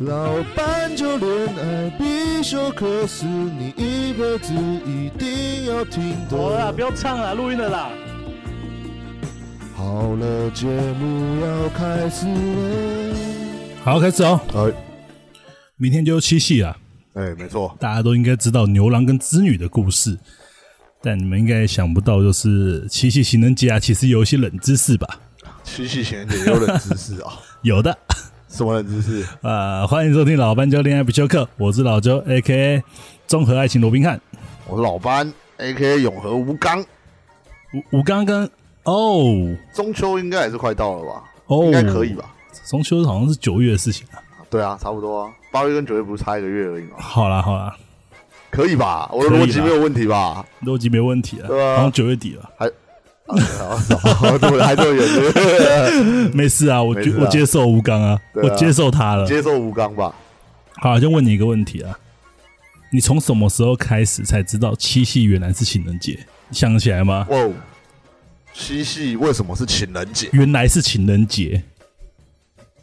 老板就恋爱必修课是你一辈子一定要听好了啦，的不。要唱了，录音了啦。好了，节目要开始了。好，开始哦。哎明天就是七夕了，哎，没错，大家都应该知道牛郎跟织女的故事，但你们应该想不到，就是七夕情人节啊，其实有一些冷知识吧？七夕情人节也有冷知识 啊，有的。什么冷知识？ 呃，欢迎收听老班教恋爱必修课，我是老周，A K A 综合爱情罗宾汉。我是老班，A K A 永和吴刚。吴吴刚刚哦中秋应该也是快到了吧？哦，应该可以？吧？中秋好像是九月的事情啊。对啊，差不多啊，八月跟九月不是差一个月而已吗？好啦好啦，可以吧？我的可以啦逻辑没有问题吧？逻辑没问题了，对啊好像九月底了，啊好，对，还这么远对不对，没事啊，我没接、事啊我接受吴刚啊，对我啊接受他了。接受吴刚吧？好，就问你一个问题啊，你从什么时候开始才知道七夕原来是情人节？想起来吗？哇哦，七夕为什么是情人节？原来是情人节，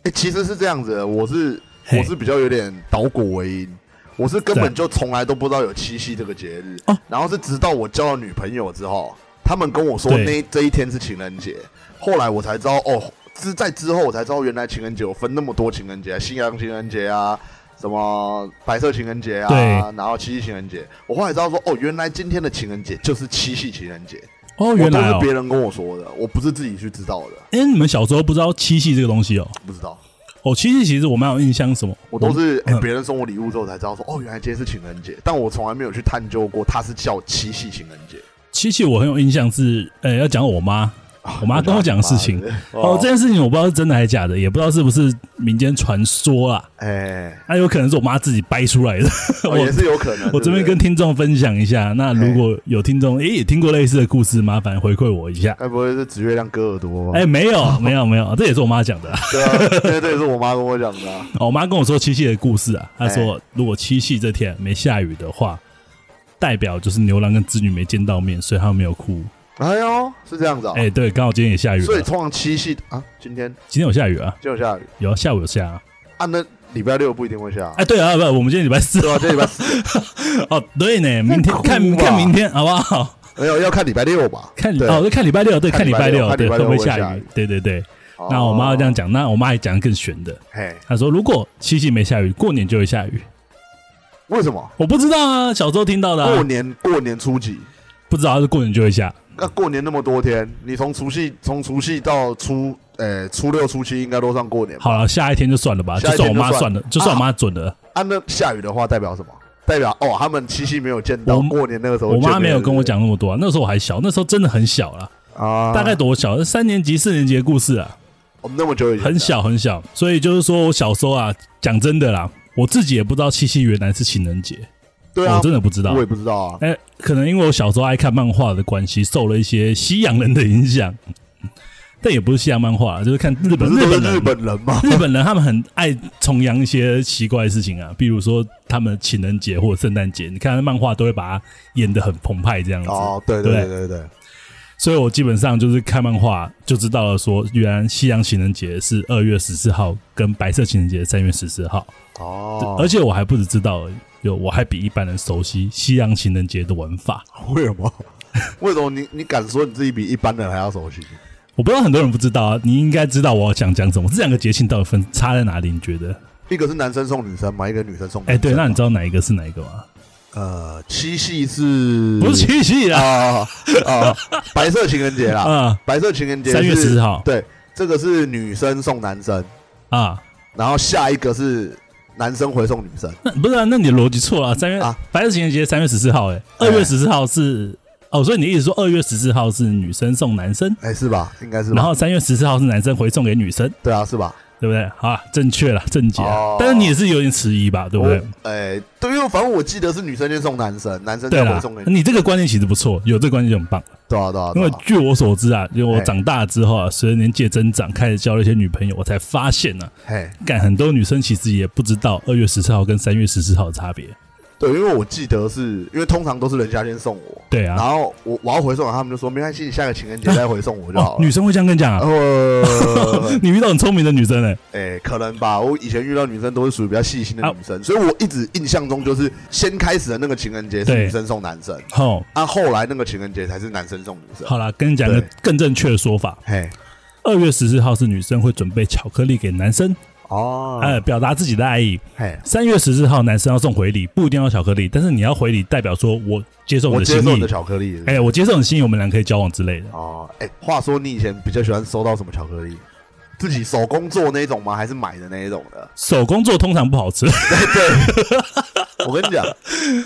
哎，其实是这样子的，我是嘿我是比较有点倒果为因，我是根对本就从来都不知道有七夕这个节日，哦然后是直到我交了女朋友之后，他们跟我说对那这一天是情人节，后来我才知道哦，之在之后我才知道原来情人节有分那么多情人节，新阳情人节啊。什么白色情人节对啊，然后七夕情人节，我后来知道说，哦，原来今天的情人节就是七夕情人节，哦，我原都来是哦，别人跟我说的，我不是自己去知道的，哎、你们小时候不知道七夕这个东西哦？不知道。哦，七夕其实我蛮有印象，什么？我都是哎嗯别、人送我礼物之后才知道说，哦，原来今天是情人节，但我从来没有去探究过它是叫七夕情人节。七夕，我很有印象是，呃、要讲我妈，啊我妈跟我讲的事情。哦，这件事情我不知道是真的还是假的，也不知道是不是民间传说啊，哎、那、有可能是我妈自己掰出来的。哦也是有可能。 我这边对跟不对听众分享一下，那如果有听众诶、也听过类似的故事，麻烦回馈我一下。该不会是紫月亮割耳朵吧？哎、没哦有，没有，没有，这也是我妈讲的啊、 对啊，对对，是我妈跟我讲的啊、哦我妈跟我说七夕的故事啊，她哎说如果七夕这天没下雨的话，代表就是牛郎跟织女没见到面，所以他们没有哭。哎呦，是这样子啊、哎、对，刚好今天也下雨所以了，通常七夕啊，今天今天有下雨啊，就下雨有啊下午有下啊。啊，那礼拜六不一定会下、哎、对啊，不，我们今天礼拜四 对吧、这礼拜四 哦，对呢，明天哭啊看吧看明天好不好？ 没有，要看礼拜六吧？看对哦，就看礼拜六，对，看看礼礼拜拜六六，看对，礼拜会不六会会下下雨雨？哦对对对。那我妈这样，讲，那我妈还讲更悬的，嘿，她说如果七夕没下雨，过年就会下雨。为什么？我不知道啊，小时候听到的、过啊，年过年初几？不知道是过年就会下。那过年那么多天，你从除夕从除夕到初，呃、初六初七应该都算过年吧？好了，下一天就算了吧，就下一算天我妈就算算了，就算我妈准了。啊，那下雨的话代表什么？代表哦，他们七夕没有见到，我过年那个时候我妈见面没有跟我讲那么多、啊，那时候我还小，那时候真的很小了，啊，大概多小？三年级、四年级的故事啊，哦那么久以前，很，小很小。所以就是说我小时候啊，讲真的啦，我自己也不知道七夕原来是情人节，对啊，我真的不知道我。也不知道啊。哎、可能因为我小时候爱看漫画的关系，受了一些西洋人的影响，但也不是西洋漫画，就是看日不本是日都本是人日本人吗？日本人他们很爱崇洋一些奇怪的事情啊，比如说他们情人节或者圣诞节，你看漫画都会把它演得很澎湃这样子。哦，对对对对对对，所以我基本上就是看漫画就知道了，说原来西洋情人节是二月十四号，跟白色情人节三月十四号。哦， 而且我还不只知道而已，有我还比一般人熟悉西洋情人节的玩法。为什么？为什么你你敢说你自己比一般人还要熟悉？我不知道很多人不知道啊，你应该知道我想讲什么。这两个节庆到底分差在哪里？你觉得？一个是男生送女生嘛，一个女生送男生嘛。哎、对，那你知道哪一个是哪一个吗？呃，七夕是不是七夕啊，啊啊，白色情人 节啦，啊白色情人节3月是10号对，这个是女生送男生，啊，然后下一个是男生回送女生，那 不是、啊，那你的逻辑错了啊。三月、啊白色情人节三月十四号、欸，哎，哎二月十四号是、哦，所以你的意思说二月十四号是女生送男生，哎、是吧？应该是吧？然后三月十四号是男生回送给女生，对啊，是吧？对不对？好、啊，正确了，正解、啊。哦但是你也是有点迟疑吧，对不对？我哎，对，因为反正我记得是女生先送男生，男生对再啦回送给，女，你这个观念其实不错，有这个观念就很棒。对啊，对啊，因对为啊据我所知啊，因为我哎长大之后啊，随着年纪的增长，开始交了一些女朋友，我才发现呢、嘿，啊，干很多女生其实也不知道二月十四号跟三月十四号的差别。对，因为我记得是因为通常都是人家先送我，对啊然后我我要回送，他们就说没关系，你下个情人节再回送我就好 哦了。女生会这样跟你讲啊？呃，你遇到很聪明的女生哎、 哎、可能吧。我以前遇到女生都是属于比较细心的女生，所以我一直印象中就是先开始的那个情人节是对女生送男生，好，啊，后来那个情人节才是男生送女生。哦好啦，跟你讲个对更正确的说法：嘿，二月十四号是女生会准备巧克力给男生，哦，呃，表达自己的爱意；嘿，三月十四号男生要送回礼，不一定要巧克力，但是你要回礼，代表说我接受你我的接心受你意的，巧克力。哎、我接受你的心意，我们俩可以交往之类的。哦，哎、话说你以前比较喜欢收到什么巧克力？自己手工做那种吗？还是买的那一种的？手工做通常不好吃，我跟 你讲，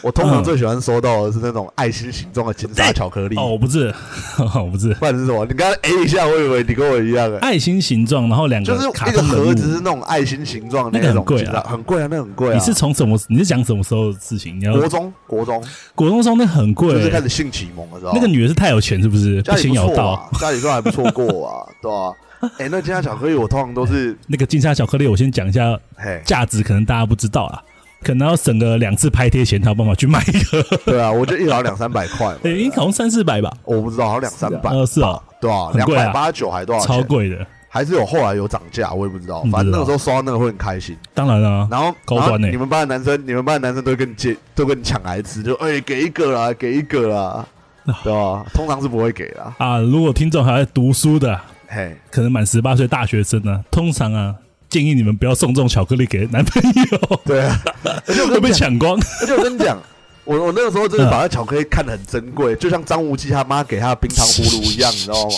我通常最喜欢收到的是那种爱心形状的金沙巧克力。 哦，我不是，哦我不是，不然是什么？你刚刚 A 一下，我以为你跟我一样哎、爱心形状，然后两就是个卡一通个人物盒子是那种爱心形状的那个很种贵啊金沙，很贵啊，那很贵啊。你是从什么？你是讲什么时候的事情？你要国中，国中国中生那很贵、就是开始性启蒙的时候，那个女的是太有钱是不是？家不里行不咬错到啊，家里都还不错过 啊，对啊。哎、那金沙巧克力我通常都是那个金沙巧克力，我先讲一下嘿，价值，可能大家不知道啦，可能要省个两次拍贴钱才有办法去买一个， 对啊，我就一条两三百块嘛，对，应该好像三四百吧，我不知道，好像两三百，哎呃是哦，对啊，很两贵百啊八九还多少超钱？贵的，还是有后来有涨价，我也不知道嗯。反正那不知道个时候收到那个会很开心。当然啊，然后，高然后端欸你们班的男生，你们班的男生都会跟你借，都跟你抢来吃，就哎、给一个啦，给一个啦， 对吧？通常是不会给啦。啊，如果听众还在读书的， 嘿，可能满十八岁大学生呢、通常啊，建议你们不要送这种巧克力给男朋友，对啊。 而且我会跟被你讲，抢光。而且我跟你讲，我我那个时候真嗯的把那巧克力看得很珍贵，就像张无忌他妈给他的冰糖葫芦一样，你知道吗？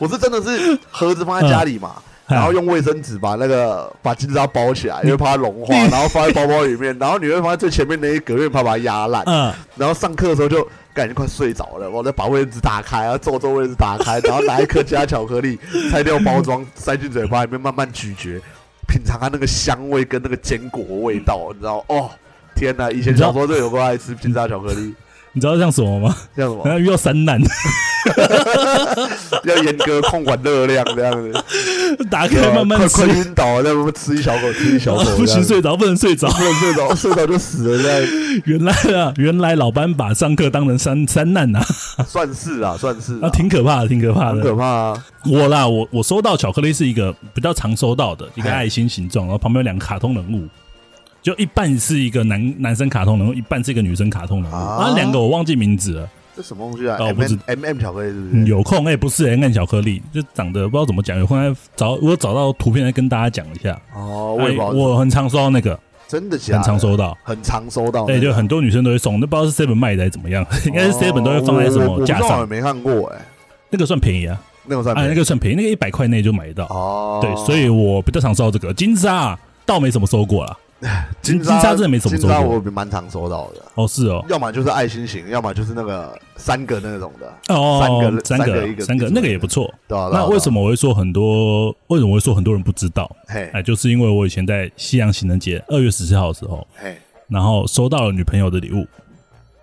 我是真的是盒子放在家里嘛。嗯然后用卫生纸把那个把金沙包起来，因为怕它融化，嗯然后放在包包里面，然后你会放在最前面那一格，因为怕把它压烂。嗯，然后上课的时候就感觉快睡着了，我再把卫生纸打开，然后皱皱卫生纸打开，然后拿一颗加巧克力，拆掉包装，塞进嘴巴里面慢慢咀嚼，品尝它那个香味跟那个坚果味道，你知道哦。天呐！以前小时候就有过爱吃金沙巧克力，你知道像什么吗？这 样什然么后遇到三难，要严格控管热量这样子，打开慢慢快吃快，晕倒，那么吃一小口，吃一 小口这样 子，不行睡着，不能睡着。不能睡着，睡着就死了这样，原来啊，原来老班把上课当成三三难呐、算是啊，算是啊，啊，挺可怕的，挺可怕很的。可怕啊，我啦，我我收到巧克力是一个比较常收到的一个嘿爱心形状，然后旁边有两个卡通人物，就一半是一个男男生卡通人物，一半是一个女生卡通人物，啊啊，两个我忘记名字了。这什么东西啊哦我？M 不知 M M 巧克力是不嗯是？有空哎、不是哎、按巧克力，就长得不知道怎么讲，有空再找我找到图片再跟大家讲一下。哦，我也不哎好吃我很常收到那个，真的假的？哦很常收到。很常收到那对，个，就很多女生都会送，那不知道是 seven 卖的还是怎么样，应该是 seven 都会放在什哦我我么我架不知道我也上，没看过哎，那个算便宜啊，那个算啊，便宜那个算便宜，那个一百块内就买得到。哦，对，所以我比较常收到这个金沙啊，倒没怎么收过 啦。金金沙真的没怎么金收沙过。我蛮常收到的，哦，是哦，要么就是爱心型，要么就是那个三个那种的，哦，三个三个一个，个三个，一个那个也不错。对吧？对啊那吧为什？么我会说很多？为什么我会说很多人不知道？对吧哎，嘿，就是因为我以前在西洋情人节二月十四号的时候，嘿，然后收到了女朋友的礼物。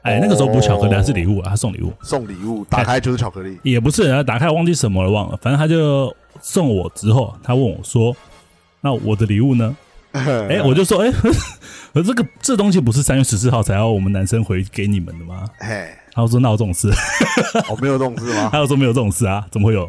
哎，那个时候不是巧克力，哦还是礼物啊，他送礼物。送礼物打开就是巧克力，也不是，然后打开忘记什么了，忘了。反正他就送我之后，他问我说：“那我的礼物呢？” 哎、我就说：“哎、 我这个这东西不是三月十四号才要我们男生回给你们的吗嘿，？”他就说：“那有这种事？” 我哦没有这种事吗？他就说：“没有这种事啊，怎么会有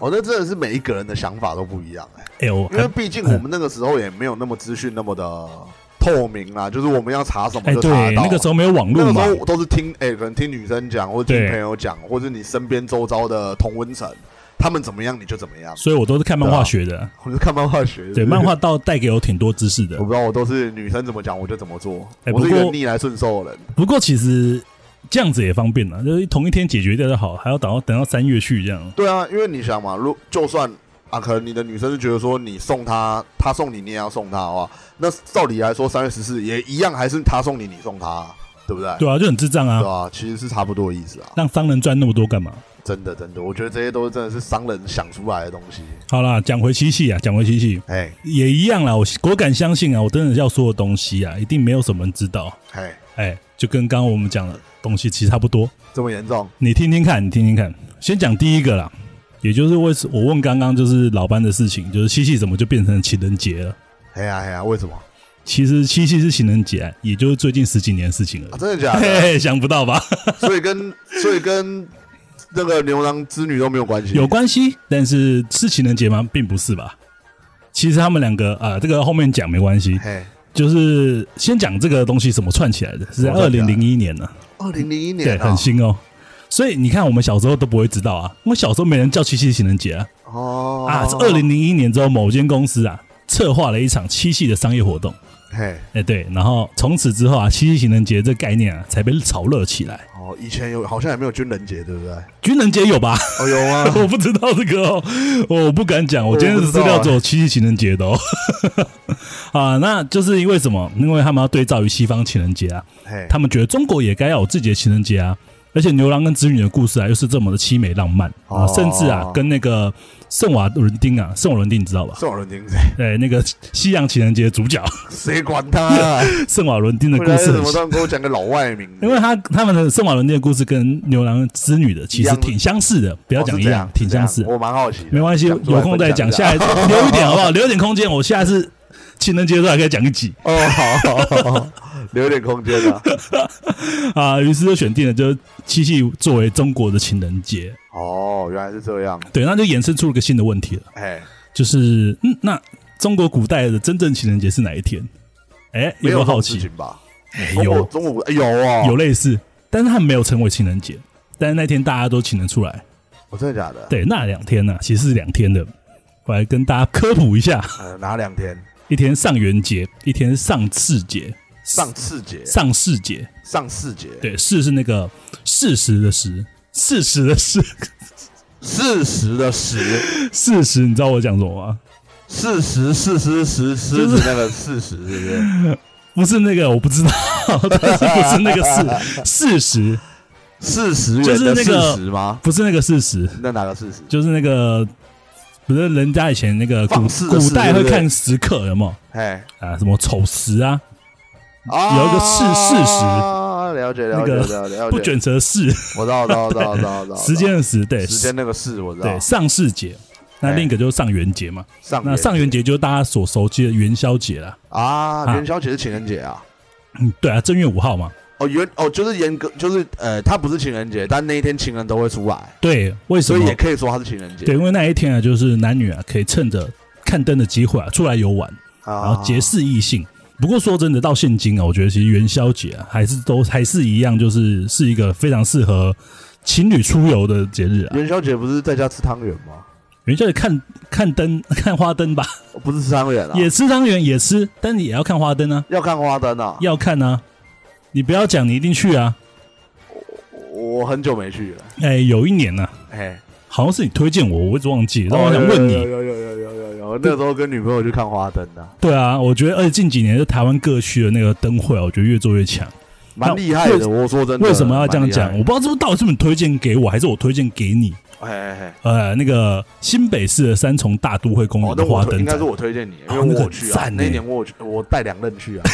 我那真的是每一个人的想法都不一样哎，？”哎、我因为毕竟我们那个时候也没有那么资讯那么的透明啦，就是我们要查什么哎、就查对，得到。啊那个时候没有网那络个时嘛，候都是听，哎、可能听女生讲，或者对听朋友讲，或者你身边周遭的同温层，他们怎么样你就怎么样。所以我都是看漫对画啊学的。 我是看漫画学的，对，漫画倒带给我挺多知识的我。不知道，我都是女生怎么讲我就怎么做，哎我是一不个过逆来顺受的人。不过其实这样子也方便了，就是同一天解决掉就好，还要等到等到三月去这样。对啊，因为你想嘛，如就算啊，可能你的女生是觉得说你送她，她送你，你也要送她的话，那照理来说，三月十四也一样，还是她送你，你送她，对不对？对啊，就很智障啊对，啊，其实是差不多的意思啊。让商人赚那么多干嘛？真的，真的，我觉得这些都真的是商人想出来的东西。好啦，讲回七夕啊，讲回七夕哎也一样啦。我我敢相信啊，我真的要说的东西啊，一定没有什么人知道。哎，哎，就跟刚刚我们讲的东西其实差不多。这么严重？你听听看，你听听看。先讲第一个啦，也就是为什我问刚刚就是老班的事情，就是七夕怎么就变成情人节了？哎呀哎呀，为什么？其实七夕是情人节，啊也就是最近十几年的事情了啊，。真的假嘿的？嘿，想不到吧？所以跟所以跟那个牛郎织女都没有关系。有关系，但是是情人节吗？并不是吧。其实他们两个啊、呃这个后面讲没关系，嘿，就是先讲这个东西怎么串起来的，是在怎么二串起来零零一年呢、二零零一对，年啊很，新哦。所以你看，我们小时候都不会知道啊，因为小时候没人叫七夕情人节啊。哦啊，是二零零一年之后，某间公司啊策划了一场七夕的商业活动，嘿。哎、对，然后从此之后啊，七夕情人节这概念啊才被炒热起来。哦，以前有好像也没有军人节，对不对？军人节有啊吧？ 哦，有吗？我不知道这个哦，我不敢讲，我我今天的不知资道料啊只有七夕情人节的哦。 啊，那就是因为什么？因为他们要对照于西方情人节啊，嘿，他们觉得中国也该要有自己的情人节啊。而且牛郎跟织女的故事啊，又是这么的凄美浪漫啊，哦甚至啊，跟那个圣瓦伦丁啊，圣瓦伦丁你知道吧？这种人精哎，那个西洋情人节主角 谁管他、啊？圣瓦伦丁的 不故然事怎很么像，当给我讲个老外名？哦因为他他们的圣瓦伦丁的故事跟牛郎织女的其一实样哦挺相似的，不不要讲一样，挺相似的。我蛮好奇的，没关系，讲出来有空再讲，分下享一一 次 留一点好不好？留一点空间，我下次情人节的时候还可以讲一集哦，好好好，好哦 留点空间啊。啊。于是就选定了，就是七夕作为中国的情人节。哦，原来是这样，对，那就衍生出了个新的问题了，哎，就是嗯，那中国古代的真正情人节是哪一天？哎，有没没有这种好事奇情？吧？哎中国有中国哎有哦，有类似，但是他们没有成为情人节，但是那天大家都情人出来。哦，真的假的？对，那两天呢、其实是两天的。我来跟大家科普一下， 呃，哪两天？一天上元节，一天上巳节。上次节，上巳节，上次节，对，事是那个事实的实，事实的 事，事实的实，事实，你知道我讲什么吗？事实，事实，实，狮子那个事实，是不是？不是那个，我不知道， 但是不是那个 事，事实事实就人是的那事个实吗？不是那个事实，那哪个事实？就是那个，不是人家以前那个古放肆的古事代会对不对看时刻，有没有哎，啊？什么丑时啊，啊有一个事事实啊，了解那了解了个解了解，不卷则事，我知道，我知道，我知道，我知道，我知 道。时间的时，对，哦时间那个事我知道对，。上巳节。那哎另一个就是上元节嘛，上那上元节就是大家所熟知的元宵节啦，啊啊，元宵节是情人节啊。嗯，对啊，正月五号嘛，哦，元哦，就是严格就是呃，它不是情人节，但那一天情人都会出来，对，为什所以么也？可以说它是情人节。对，因为那一天啊，就是男女啊可以趁着看灯的机会啊出来游玩，啊，然后结识异性。不过说真的，到现今啊，我觉得其实元宵节啊，还是都还是一样，就是是一个非常适合情侣出游的节日啊。元宵节不是在家吃汤圆吗？元宵节看看灯、 看花灯吧，哦不是吃汤圆啊，也吃汤圆，也吃，但也要看花灯啊，要看花灯啊。要看啊。你不要讲，你一定去啊。我很久没去了，哎，有一年呢、啊，哎，好像是你推荐我，我一直忘记了，但哦我想问你有，有有有有有有，那时候跟女朋友去看花灯的，对啊，我觉得而且近几年就台湾各区的那个灯会啊，我觉得越做越强。蛮厉害的。我说真的，为什么要这样讲？蛮我厉不知道这不到底是不是你推荐给我，还是我推荐给你？害？哎哎哎，呃，那个新北市的三重大都会公哦园，那的我花推灯应该展是，我推荐你，因哦那为个我去很啊，赞那一欸年我去，我带两任 去啊，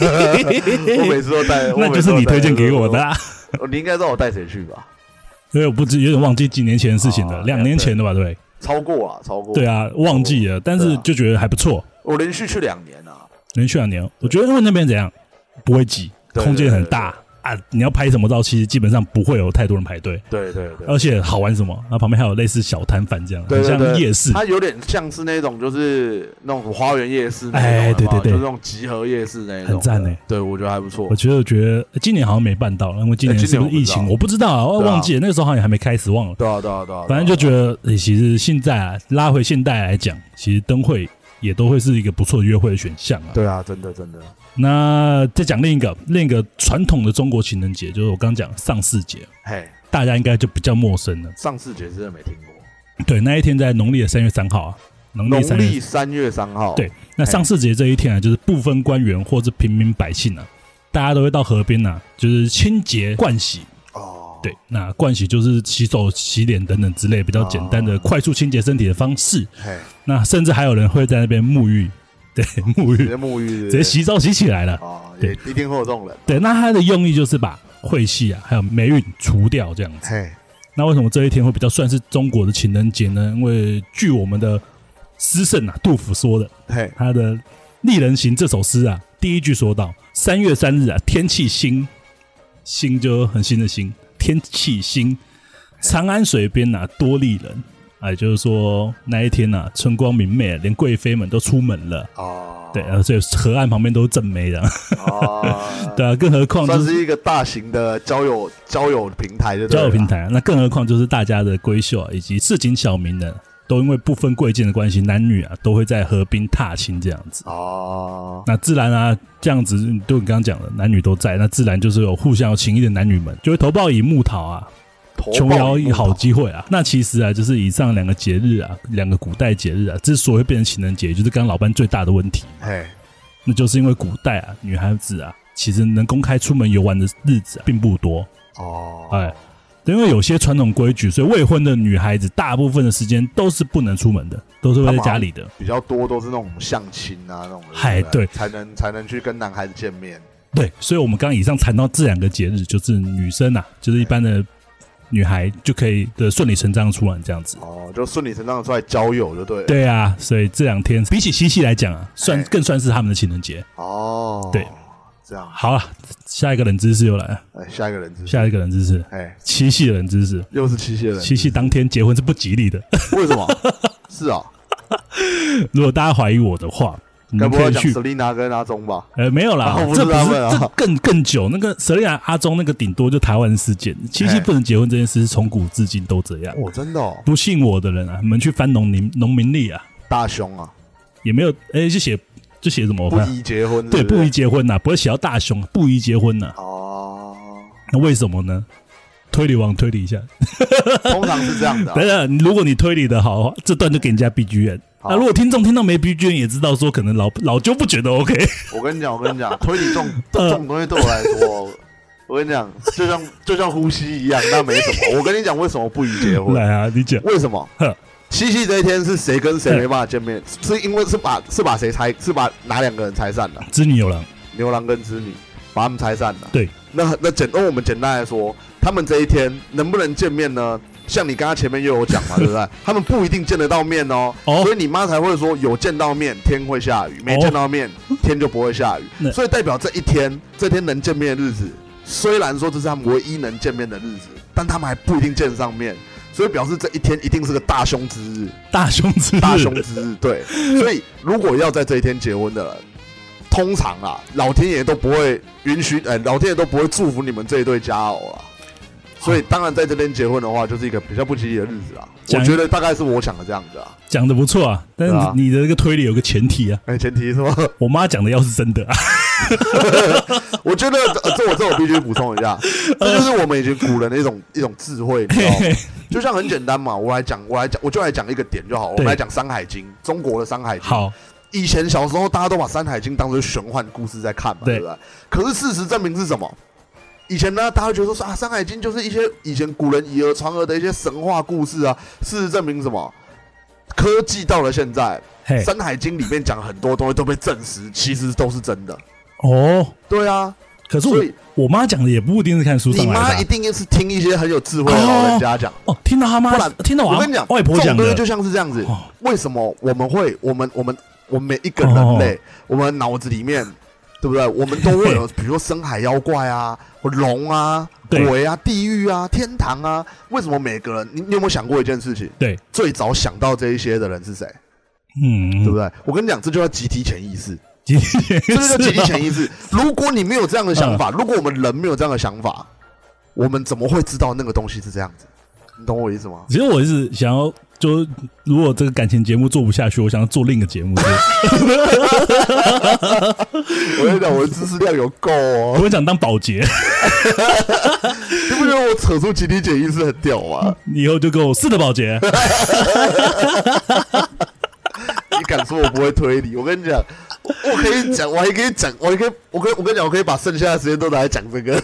我每次都带，我那每就次是都带你推荐给我的、。啊。我你应该知道我带谁去吧？ 因为我不知有点忘记几年前的事情了，哦两年前的吧，对不对？超过啊，超过。对，啊，忘记哦了，但啊是就觉得还不错，我连续去两年啊，连续两年。我觉得因为那边怎样，不会挤，对空间很大啊，你要拍什么照，其实基本上不会有太多人排队，对对对。而且好玩什么？那旁边还有类似小摊贩这样，对呃很对像对，夜市，它有点像是那种，就是那种花园夜市那种，哎有没有对对对就是那种集合夜市那种的，很赞欸对，我觉得还不错我。觉得，我觉得呃今年好像没办到，因为今呃年今是年不是疫情，我不知道啊，我对啊忘记了，那个时候好像也还没开始，忘了。对啊，对啊，对啊。反正就觉得，呃其实现在啊，拉回现代来讲，其实灯会也都会是一个不错的约会的选项啊。对啊，真的真的。那再讲另一个，另一个传统的中国情人节，就是我刚讲上巳节，嘿，大家应该就比较陌生了。上次节真的没听过，对，那一天在农历的三月三号啊，农历农三月历哦三月三号，对，那上巳节这一天啊，就是部分官员或是平民百姓啊，大家都会到河边啊，就是清洁盥洗。哦，对，那盥洗就是洗手、洗脸等等之类比较简单的哦快速清洁身体的方式。嘿，那甚至还有人会在那边沐浴， 对，沐直浴接沐浴，直接洗澡洗起来了。啊，也一定会有这种人，对，那它的用意就是把晦气啊，还有霉运除掉这样子。嘿，那为什么这一天会比较算是中国的情人节呢？因为据我们的诗圣啊，杜甫说的，嘿，他的丽人行》这首诗啊，第一句说到三月三日啊，天气新，新就很新的新，天气新，长安水边呐、多丽人。哎，就是说那一天呐、啊春光明媚，连贵妃们都出门了。哦，对，而且河岸旁边都是正妹的， 哦，对啊，更何况就算是是一个大型的交友交友平台就对交了，友平台啊，那更何况就是大家的闺秀啊，以及市井小民呢，都因为不分贵贱的关系，男女啊都会在河滨踏青这样子。哦，那自然啊，这样子，就你刚刚讲的，男女都在，那自然就是有互相有情谊的男女们就会投报以木桃啊，头琼抱瑶一木好桃机会啊。那其实啊，就是以上两个节日啊，两个古代节日啊，之所以变成情人节，就是刚刚老班最大的问题，哎，那就是因为古代啊，女孩子啊，其实能公开出门游玩的日子、啊、并不多。哦，哎，因为有些传统规矩，所以未婚的女孩子大部分的时间都是不能出门的，都是会在家里的。比较多都是那种相亲啊那种的，嗨不对才能才能去跟男孩子见面，对，所以我们刚刚以上谈到这两个节日，就是女生啊，就是一般的女孩就可以的顺理成章地出门这样子。哦，就顺理成章的出来交友就对了，，对啊，所以这两天比起七夕来讲啊，算哎更算是他们的情人节。哦，对，这样，好了，下一个冷知识又来了，哎，下一个人是，下一个冷知识，哎，七夕冷知识。又是七夕的人，七夕当天结婚是不吉利的，为什么？是啊，如果大家怀疑我的话，你该们不可会以讲去 Selina 跟阿忠吧？呃，没有啦，啊我不这知不道是问啊这更更久。那个舍利亚阿忠那个顶多就台湾事件，七夕哎不能结婚这件事是从古至今都这样。哦，真的哦，不信我的人啊，你们去翻农民农民历啊，大胸啊，也没有哎，就写就写什么我不看宜结婚，对是不不是宜结婚啊呐、不会写到大胸，不宜结婚呐、啊哦，那为什么呢？推理王推理一下，通常是这样的啊等等，如果你推理的好的话，这段就给人家 B G M。好那如果听众听到没 B G M，也知道说可能老老舅不觉得 OK。我跟你讲，我跟你讲，推理 这种嗯这种东西对我来说，我跟你讲，就像就像呼吸一样，那没什 么。我跟你讲，为什么不宜结婚？来啊，你讲，为什么呵？七夕这一天是谁跟谁没办法见面？是因为是把是把谁拆是把哪两个人拆散了？织女有郎，牛郎跟织女把他们拆散了。对，那那简用我们简单来说，他们这一天能不能见面呢？像你刚刚前面又有讲 嘛，对不对？他们不一定见得到面哦，哦所以你妈才会说有见到面天会下雨，没见 到面、天就不会下雨，那所以代表这一天这天能见面的日子，虽然说这是他们唯一能见面的日子，但他们还不一定见上面，所以表示这一天一定是个大凶之日。大胸之日 大胸之日，对，所以如果要在这一天结婚的人，通常啊，老天爷都不会允许，呃，老天爷都不会祝福你们这一对佳偶啊。所以当然在这边结婚的话，就是一个比较不吉利的日子啊。讲我觉得大概是我想的这样子啊。讲的不错啊，但是对啊你的这个推理有个前提啊，哎，前提是吗？ 我妈讲的要是真的啊，我觉得、呃这我这我必须补充一下，这就是我们以前古人的一种一种智慧，你知道吗？ 就像很简单嘛，我来讲，我来讲，我就来讲一个点就好。我们对来讲《山海经》，中国的《山海经》。好，以前小时候大家都把《山海经》当成玄幻故事在看嘛，对对不对？可是事实证明是什么？以前呢，大家觉得说啊，《山海经》就是一些以前古人以讹传讹的一些神话故事啊。事实证明什么？科技到了现在，嘿《山海经》里面讲很多东西都被证实，其实都是真的。哦，对啊，可是所以我我妈讲的也不一定是看书你上来的妈啊一、定是听一些很有智慧的老人家讲。哦，听到他妈不然，听到我阿跟你讲，外婆这讲种东西的，就像是这样子哦。为什么我们会，我们我们我们每一个人哦类，我们脑子里面，对不对？我们都会有，比如说深海妖怪啊、龙啊、对鬼啊、地狱啊、天堂啊。为什么每个人？你你有没有想过一件事情？对，最早想到这一些的人是谁？嗯，对不对？我跟你讲，这就叫集体潜意识，今天这就叫集体是啊嗯潜意识。如果你没有这样的想法，如果我们人没有这样的想法，我们怎么会知道那个东西是这样子？你懂我意思吗？其实我是想要，就如果这个感情节目做不下去，我想要做另一个节目。 就是我跟你讲，我的知识量有够哦！我想当保洁，你不觉得我扯出集体潜意识很屌吗？你以后就跟我是的保洁。你敢说我不会推理？我跟你讲，我我可以讲，我还可以讲，我还可以，我可以，我跟你讲，我可以把剩下的时间都拿来讲这个。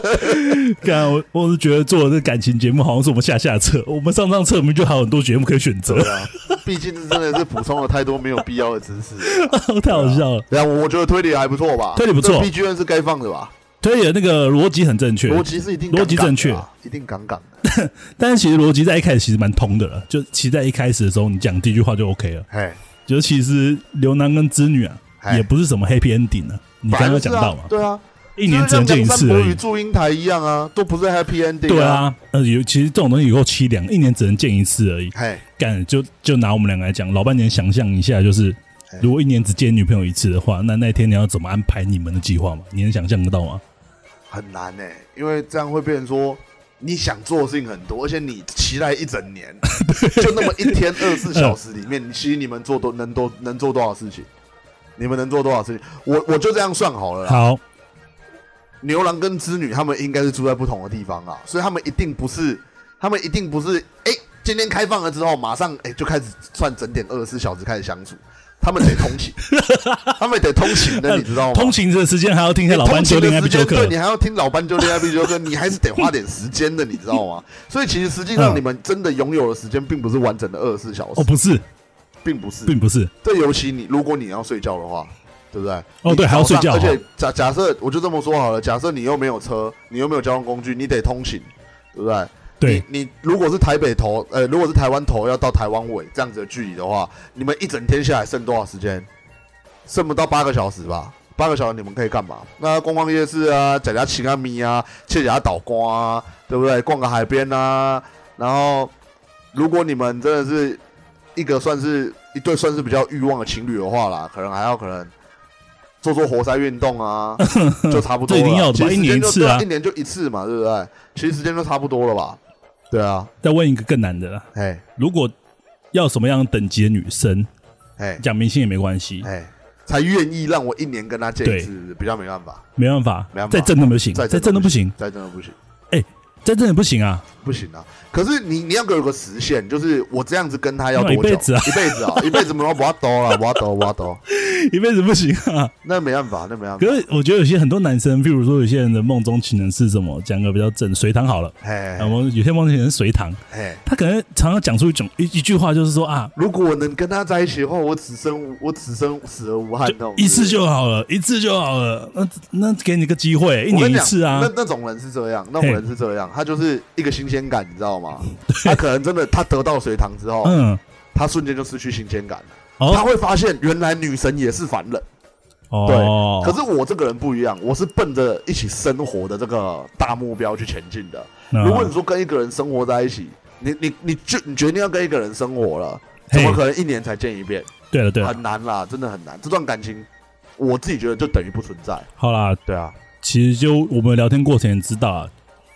干，我我是觉得做这个感情节目好像是我们下下策，我们上上策明明就还有很多节目可以选择，啊，毕竟真的是补充了太多没有必要的知识。 太好笑了。对啊，我我觉得推理还不错吧？推理不错，B G N 是该放的吧？推演那个逻辑很正确，逻辑是一定逻辑杠杠的啊正确，一定杠杠 的。但是其实逻辑在一开始其实蛮通的了，就其实在一开始的时候你讲第一句话就 OK 了。嘿，尤其是刘南跟织女啊，哎也不是什么 happy ending 啊。你刚本来刚有就是讲到啊嘛，，对啊，一年只能见一次就像梁山伯而与已。祝英台一样啊，都不是 happy ending。对，啊，呃，有其实这种东西有够凄凉，一年只能见一次而已。嘿，干，就就拿我们两个来讲，老半年想象一下，就是哎如果一年只见女朋友一次的话，那那天你要怎么安排你们的计划嘛？你能想象得到吗？很难呢、因为这样会变成说你想做的事情很多，而且你期待一整年，就那么一天二十四小时里面，其实你们做多能多能做多少事情？你们能做多少事情？我我就这样算好了啦。好，牛郎跟织女他们应该是住在不同的地方啊，所以他们一定不是，他们一定不是，哎、今天开放了之后，马上哎、就开始算整点二十四小时开始相处，他们得通勤，他们得通勤的，你知道吗？通勤的时间还要听一下老班哎通就勤恋的爱必时修间，课对，你还要听老班就恋爱必修课，你还是得花点时间的，你知道吗？所以其实实际上嗯你们真的拥有的时间并不是完整的二十四小哦，时，不是，并不是，并不是，这尤其你如果你要睡觉的话，对不对？哦对你还要早上睡觉而且假假设我就这么说好了，假设你又没有车，你又没有交通工具，你得通勤，对不对？对，你，你如果是台北头，呃，如果是台湾头要到台湾尾这样子的距离的话，你们一整天下来剩多少时间？剩不到八个小时吧。八个小时你们可以干嘛？那逛逛夜市啊，假假吃个米啊，切假岛瓜啊，对不对？逛个海边啊。然后，如果你们真的是一个算是一对算是比较欲望的情侣的话啦，可能还要可能做做活塞运 动啊，就差不多这了。一定要的吧其实时一年间一就次啊对一年就一次嘛，对不对？其实时间就差不多了吧？对啊，再问一个更难的啦，哎如果要什么样等级的女生，哎讲明星也没关系，哎，才愿意让我一年跟他见一对次，是不是比较没办法，没办法没办，法再正都不行，再再正都不行，再真的不行。再正也不行啊， 不行啊！可是你你要给我有个时限，就是我这样子跟他要多那久？一辈子啊一辈子啊，一辈子没有挖刀了，挖刀挖刀，一辈子不行啊。那没办法，那没办法。可是我觉得有些很多男生，譬如说有些人的梦中情人是什么，讲个比较正，隋唐好了，哎啊我们有些梦中情人是隋唐，哎，他可能常常讲出一种一一句话，就是说啊，如果我能跟他在一起的话，我此生无我此生死而无憾哦那种。一次就好了，一次就好了，那那给你个机会，一我年跟你一讲次啊那，那种人是这样，那种嘿人是这样，他就是一个新鲜感，你知道 吗？他可能真的他得到隋唐之后，嗯，他瞬间就失去新鲜感了。他哦会发现原来女神也是凡人。对，哦，可是我这个人不一样，我是奔着一起生活的这个大目标去前进的。嗯如果你说跟一个人生活在一起，你你你就你决定要跟一个人生活了，嘿怎么可能一年才见一遍？对了对了，很难啦，真的很难。这段感情，我自己觉得就等于不存在。好啦，对啊，其实就我们聊天过程也知道啊，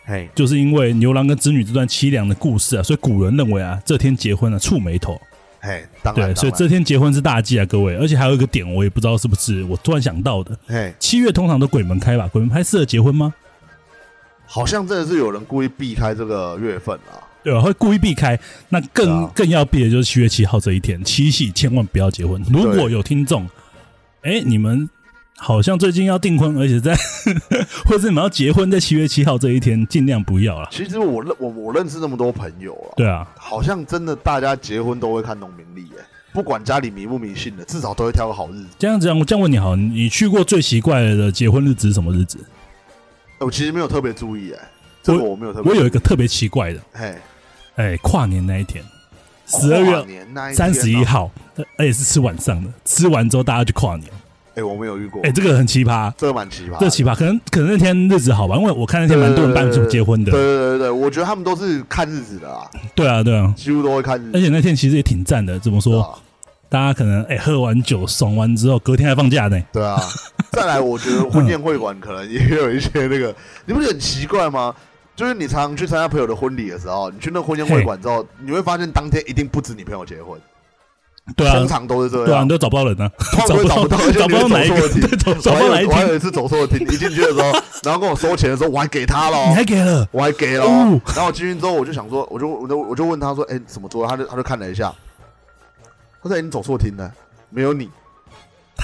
嘿，就是因为牛郎跟织女这段凄凉的故事啊，所以古人认为啊，这天结婚啊触眉头，嘿，当对，然，所以当这天结婚是大忌啊，各位。而且还有一个点，我也不知道是不是我突然想到的，然嘿，七月通常都鬼门开吧？鬼门开适合结婚吗？好像真的是有人故意避开这个月份啊。对吧？会故意避开。那更、对啊更要避的就是七月七号这一天，七夕千万不要结婚。如果有听众，哎，你们好像最近要订婚，而且在 或者你们要结婚，在七月七号这一天，尽量不要了。其实我认我我认识那么多朋友啊，对啊，好像真的大家结婚都会看农民历耶，不管家里迷不迷信的，至少都会挑个好日子。这样子啊，我这样问你好，你去过最奇怪的结婚日子是什么日子？我其实没有特别注意哎、这个我没有特别。我有一个，特别奇怪的，嘿，哎，跨年那一天，十二月跨年那一天三啊十一，号，呃而且是吃晚上的，吃完之后大家去跨年，哎，我没有遇过，哎、这个很奇葩，这个蛮奇葩的，这奇葩，可能可能那天日子好吧，因为我看那天蛮多人办对对对对结婚对的，对对对，我觉得他们都是看日子的啦，对啊对啊，几乎都会看日而子。且那天其实也挺赞的，怎么对说？啊大家可能哎、喝完酒爽完之后，隔天还放假呢， 对啊，再来，我觉得婚宴会馆可能也有一些那个， 你不觉得很奇怪吗？就是你常常去参加朋友的婚礼的时候，你去那个婚宴会馆之后，你会发现当天一定不止你朋友结婚，对啊通。常都是这对啊，样你。都找不到人啊，通常都找找不到不到，而且找不你到会哪一走错个，厅 对，找找我不还到有哪一我还有天，一次走错厅，一进去的时候，然后跟我收钱的时候，我还给他你喽，还给了，我还给了。哦然后我进去之后，我就想说，我就我就我就问他说，哎、怎么做？他就他就看了一下，他说，哎、你走错厅了，没有你，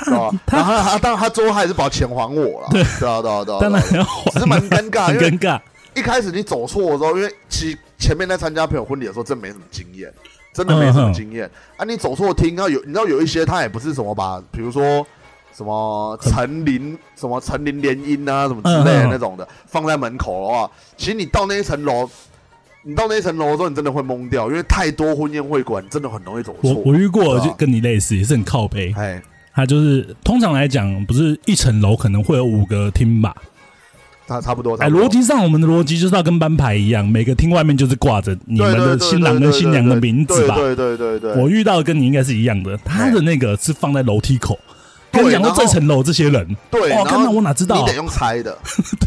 知他道吧？然他后他他当然他最后还是把钱还我了，对对啊对啊对啊，当然对啊要只是还蛮啊，尴尬，很因为尴尬，一开始你走错的时候，因为其实前面在参加朋友婚礼的时候，真没什么经验，真的没什么经验、啊。你走错厅，然后有你知道有一些他也不是什么吧，比如说什么成林什么成林联姻啊什么之嗯类的嗯嗯那种的，放在门口的话，其实你到那一层楼，你到那一层楼的时候，你真的会懵掉，因为太多婚宴会馆真的很容易走我错。我遇过，对啊就跟你类似，也是很靠背，哎，它就是通常来讲，不是一层楼可能会有五个厅吧？差差不多。哎，差不多逻辑上我们的逻辑就是要跟班牌一样，每个厅外面就是挂着你们对对的对新郎跟对对新娘的对名字吧？对对对对对，我遇到的跟你应该是一样的，他的那个是放在楼梯口。对跟你讲说然后这层楼这些人，对，哇然干后那哦我哪知道你得用猜 的。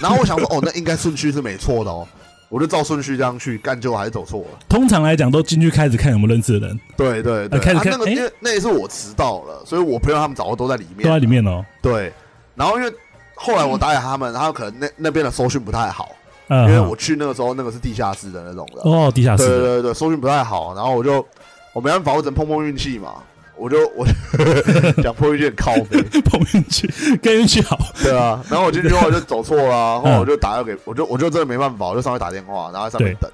然后我想说，哦，那应该顺序是没错的哦，我就照顺序这样去，干就还是走错了。通常来讲都进去开始看有没有认识的人，对对呃对，开始啊看那个诶因为那一次我迟到了，所以我朋友他们早就都在里面，都在里面哦。对，然后因为后来我打给他们，然后可能那那边的搜讯不太好，因为嗯，我去那个时候那个是地下室的那种的，哦，地下对室，对对，搜讯不太好，然后我就我没办法，我只能碰碰运气嘛，我就我就 讲碰运气很靠背， 碰运气，跟运气好。对啊，然后我进去后我就走错了、啊，嗯后来我就打给，我就我就真的没办法，我就上去打电话，然后在上面等，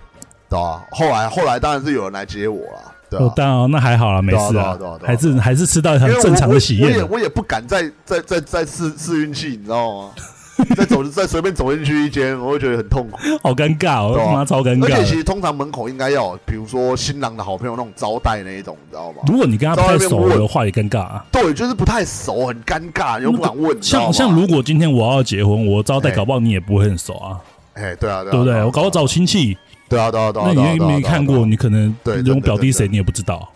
对啊，后来后来当然是有人来接我了，对哦啊，。当然那还好啦，没事对啊对啊对啊对啊还是还是吃到一因场为我正常的喜我我也宴。啊我也不敢再再再再试试运气，你知道吗？ 再走再随便走进去一间，我会觉得很痛苦。好尴尬哦，对啊他妈超尴而尬且其的。实通常门口应该要有，比如说新郎的好朋友那种招待那一种，你知道吗？如果你跟他不太熟在外面的话，也尴尬啊。对，就是不太熟，很尴尬，又不敢问，你知道吗像像如果今天我要结婚，我招待哎搞不好你也不会很熟啊，哎，对啊，对啊，对不啊对？我搞不好找亲戚，对啊，对啊，对啊，那对啊你又没看，过，对啊你可能对连我对对表弟谁对你也不知道。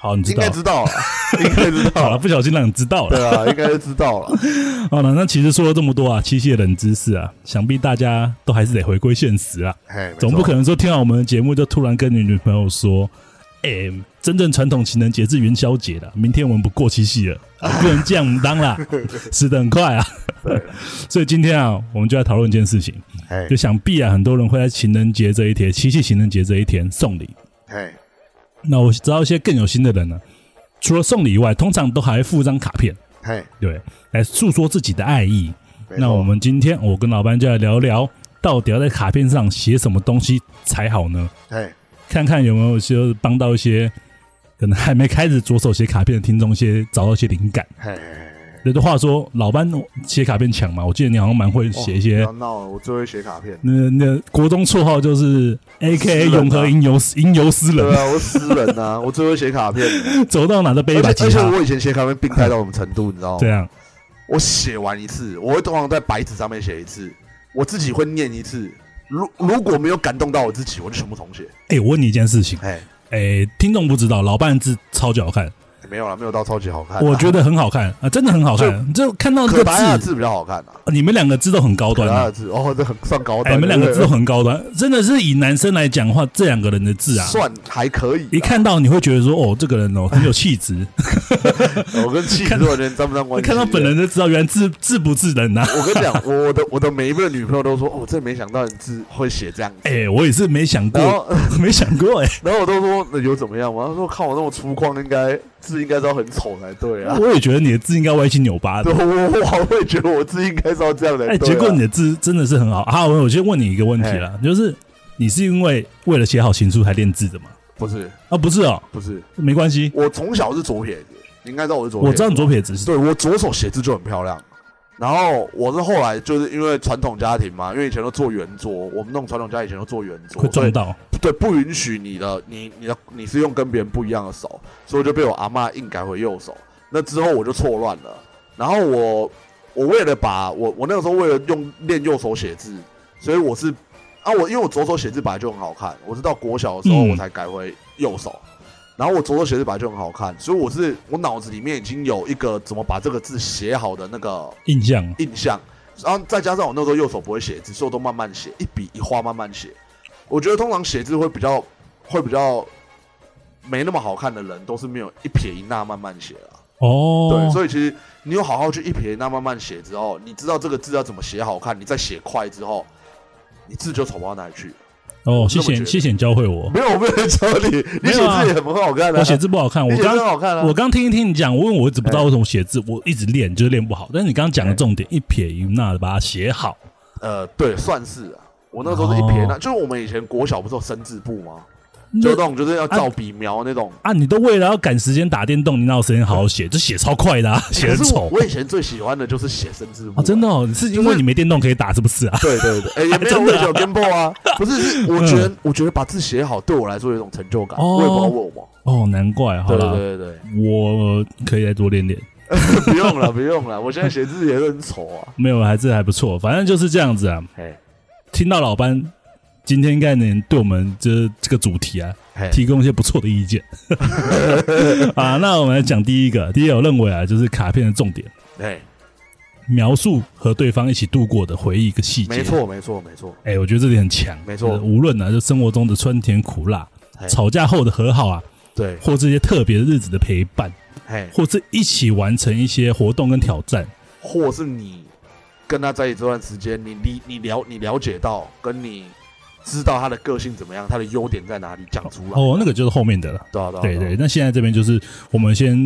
好，你知对啊对啊道应该知道了， 应该知道好了，了，不小心让你知道了。对啊，应该是知道 了，好了，那其实说了这么多啊，七夕的冷知识啊，想必大家都还是得回归现实啊，哎，没错总不可能说听到我们的节目就突然跟你女朋友说，哎、真正传统情人节是元宵节的，明天我们不过七夕 了，啊不能这样当啦，死得很快啊。对， 所以今天啊，我们就来讨论一件事情，哎就想必啊，很多人会在情人节这一天，七夕情人节这一天送礼。哎，那我知道一些更有心的人呢、除了送礼以外，通常都还会附一张卡片，哎，对，来诉说自己的爱意。没那错我们今天我跟老班就来聊聊，到底要在卡片上写什么东西才好呢？哎，看看有没有就是帮到一些可能还没开始着手写卡片的听众一些找到一些灵感。哎哎。有的话说，老班写卡片强嘛，我记得你好像蛮会写一些。哦不要闹了，我最会写 卡片。那那国中绰号就是 A K 诗 A 人啊永和吟游吟游诗对人，啊，我诗人啊，我最会写卡片了。走到哪都 背一而把且吉而且他，我以前写卡片病态到什么程度，你知道吗？这样我写完一次，我会通常在白纸上面写一次，我自己会念一次。如如果没有感动到我自己，我就全部重写。哎、我问你一件事情，哎，哎、听众不知道，老伴字超级好看，没有了，没有到超级好看啊。我觉得很好看啊，真的很好看。就看到这可个达亚的字，字比较好看啊。你们两个字都很高可端、达亚的啊，字哦，这很算高哎、端。你们两个字对都不很高端，真的是以男生来讲的话，这两个人的字对啊，算还可以啊。一看到你会觉得说，哦，这个人哦很有气 质，我跟气质完全沾不上关系。看到本人就知道原来字字不字人呐、啊。我跟你讲，我我的我的每一个女朋友都说，哦，真没想到你字会写这样子。哎、我也是没想然过，后没想过哎、然后我都说那有怎么样吗？他说看我那么粗犷，应该字应该是要很丑才对啊。我也觉得你的字应该歪七扭八对，的。我我好会觉得我字应该是要这样的。哎、对啊结果你的字真的是很好。好，我我先问你一个问题了，就是你是因为为了写好情书才练字的吗？不是啊，不是哦，不是，没关系，我从小是左撇子，你应该知道我是左撇子。我知道你左撇子是对我左手写字就很漂亮。然后我是后来就是因为传统家庭嘛，因为以前都做圆桌，我们那种传统家以前都做圆桌，会所撞以到，对不允许你的你你的你是用跟别人不一样的手，所以我就被我阿嬷硬改回右手。那之后我就错乱了，然后我我为了把我我那个时候为了用练右手写字，所以我是啊我因为我左手写字本来就很好看，我是到国小的时候嗯我才改回右手。然后我左手写字本来就很好看，所以我是我脑子里面已经有一个怎么把这个字写好的那个印象印象，然后再加上我那时候右手不会写字，所以我都慢慢写，一笔一画慢慢写。我觉得通常写字会比较会比较没那么好看的人，都是没有一撇一捺慢慢写了。哦。对，所以其实你有好好去一撇一捺慢慢写之后，你知道这个字要怎么写好看，你再写快之后，你字就丑不到哪里去。哦，谢我这么觉谢得谢谢你教会我，没有，我没有在教你，你没写有啊字也很好看的、我写字不好看，你我写字刚很好看啊我刚听一听你讲，我问我一直不知道为什么写字，我一直练就是练不好。但是你刚刚讲的重点，一撇一捺的把它写好，呃，对，算是啊。我那时候是一撇一捺，哦就是我们以前国小不是有生字簿吗？那就那种就是要照笔描那种。啊，你都为了要赶时间打电动，你哪有时间好好写？这写超快的，啊，写可很是我丑我以前最喜欢的就是写生字幕、啊！真的。哦，是因为你没电动可以打，是不是啊？对 对对，哎、也没有，真我的以啊嗯前有 Game Boy 啊，不是，是我觉得，我觉得把字写好对我来说有一种成就感，哦我也不知道为什么。哦，难怪，好对 了，对对对，我可以再多练练。不用了，不用了，我现在写字也是很丑啊。没有，还是还不错，反正就是这样子啊。哎听到老班今天应该能对我们这这个主题啊，哎，提供一些不错的意见 啊。那我们来讲第一个，第一个我认为啊，就是卡片的重点，哎，描述和对方一起度过的回忆一个细节。没，错，没错，没错，哎、我觉得这点很强。没错就是无论啊，就生活中的酸甜苦辣哎，吵架后的和好啊，对，或这些特别日子的陪伴，哎，或是一起完成一些活动跟挑战。或是你跟他在一起这段时间，你理你了你了解到，跟你知道他的个性怎么样，他的优点在哪里，讲出来。哦，那个就是后面的了。对啊，对啊，对啊对，，那现在这边就是我们先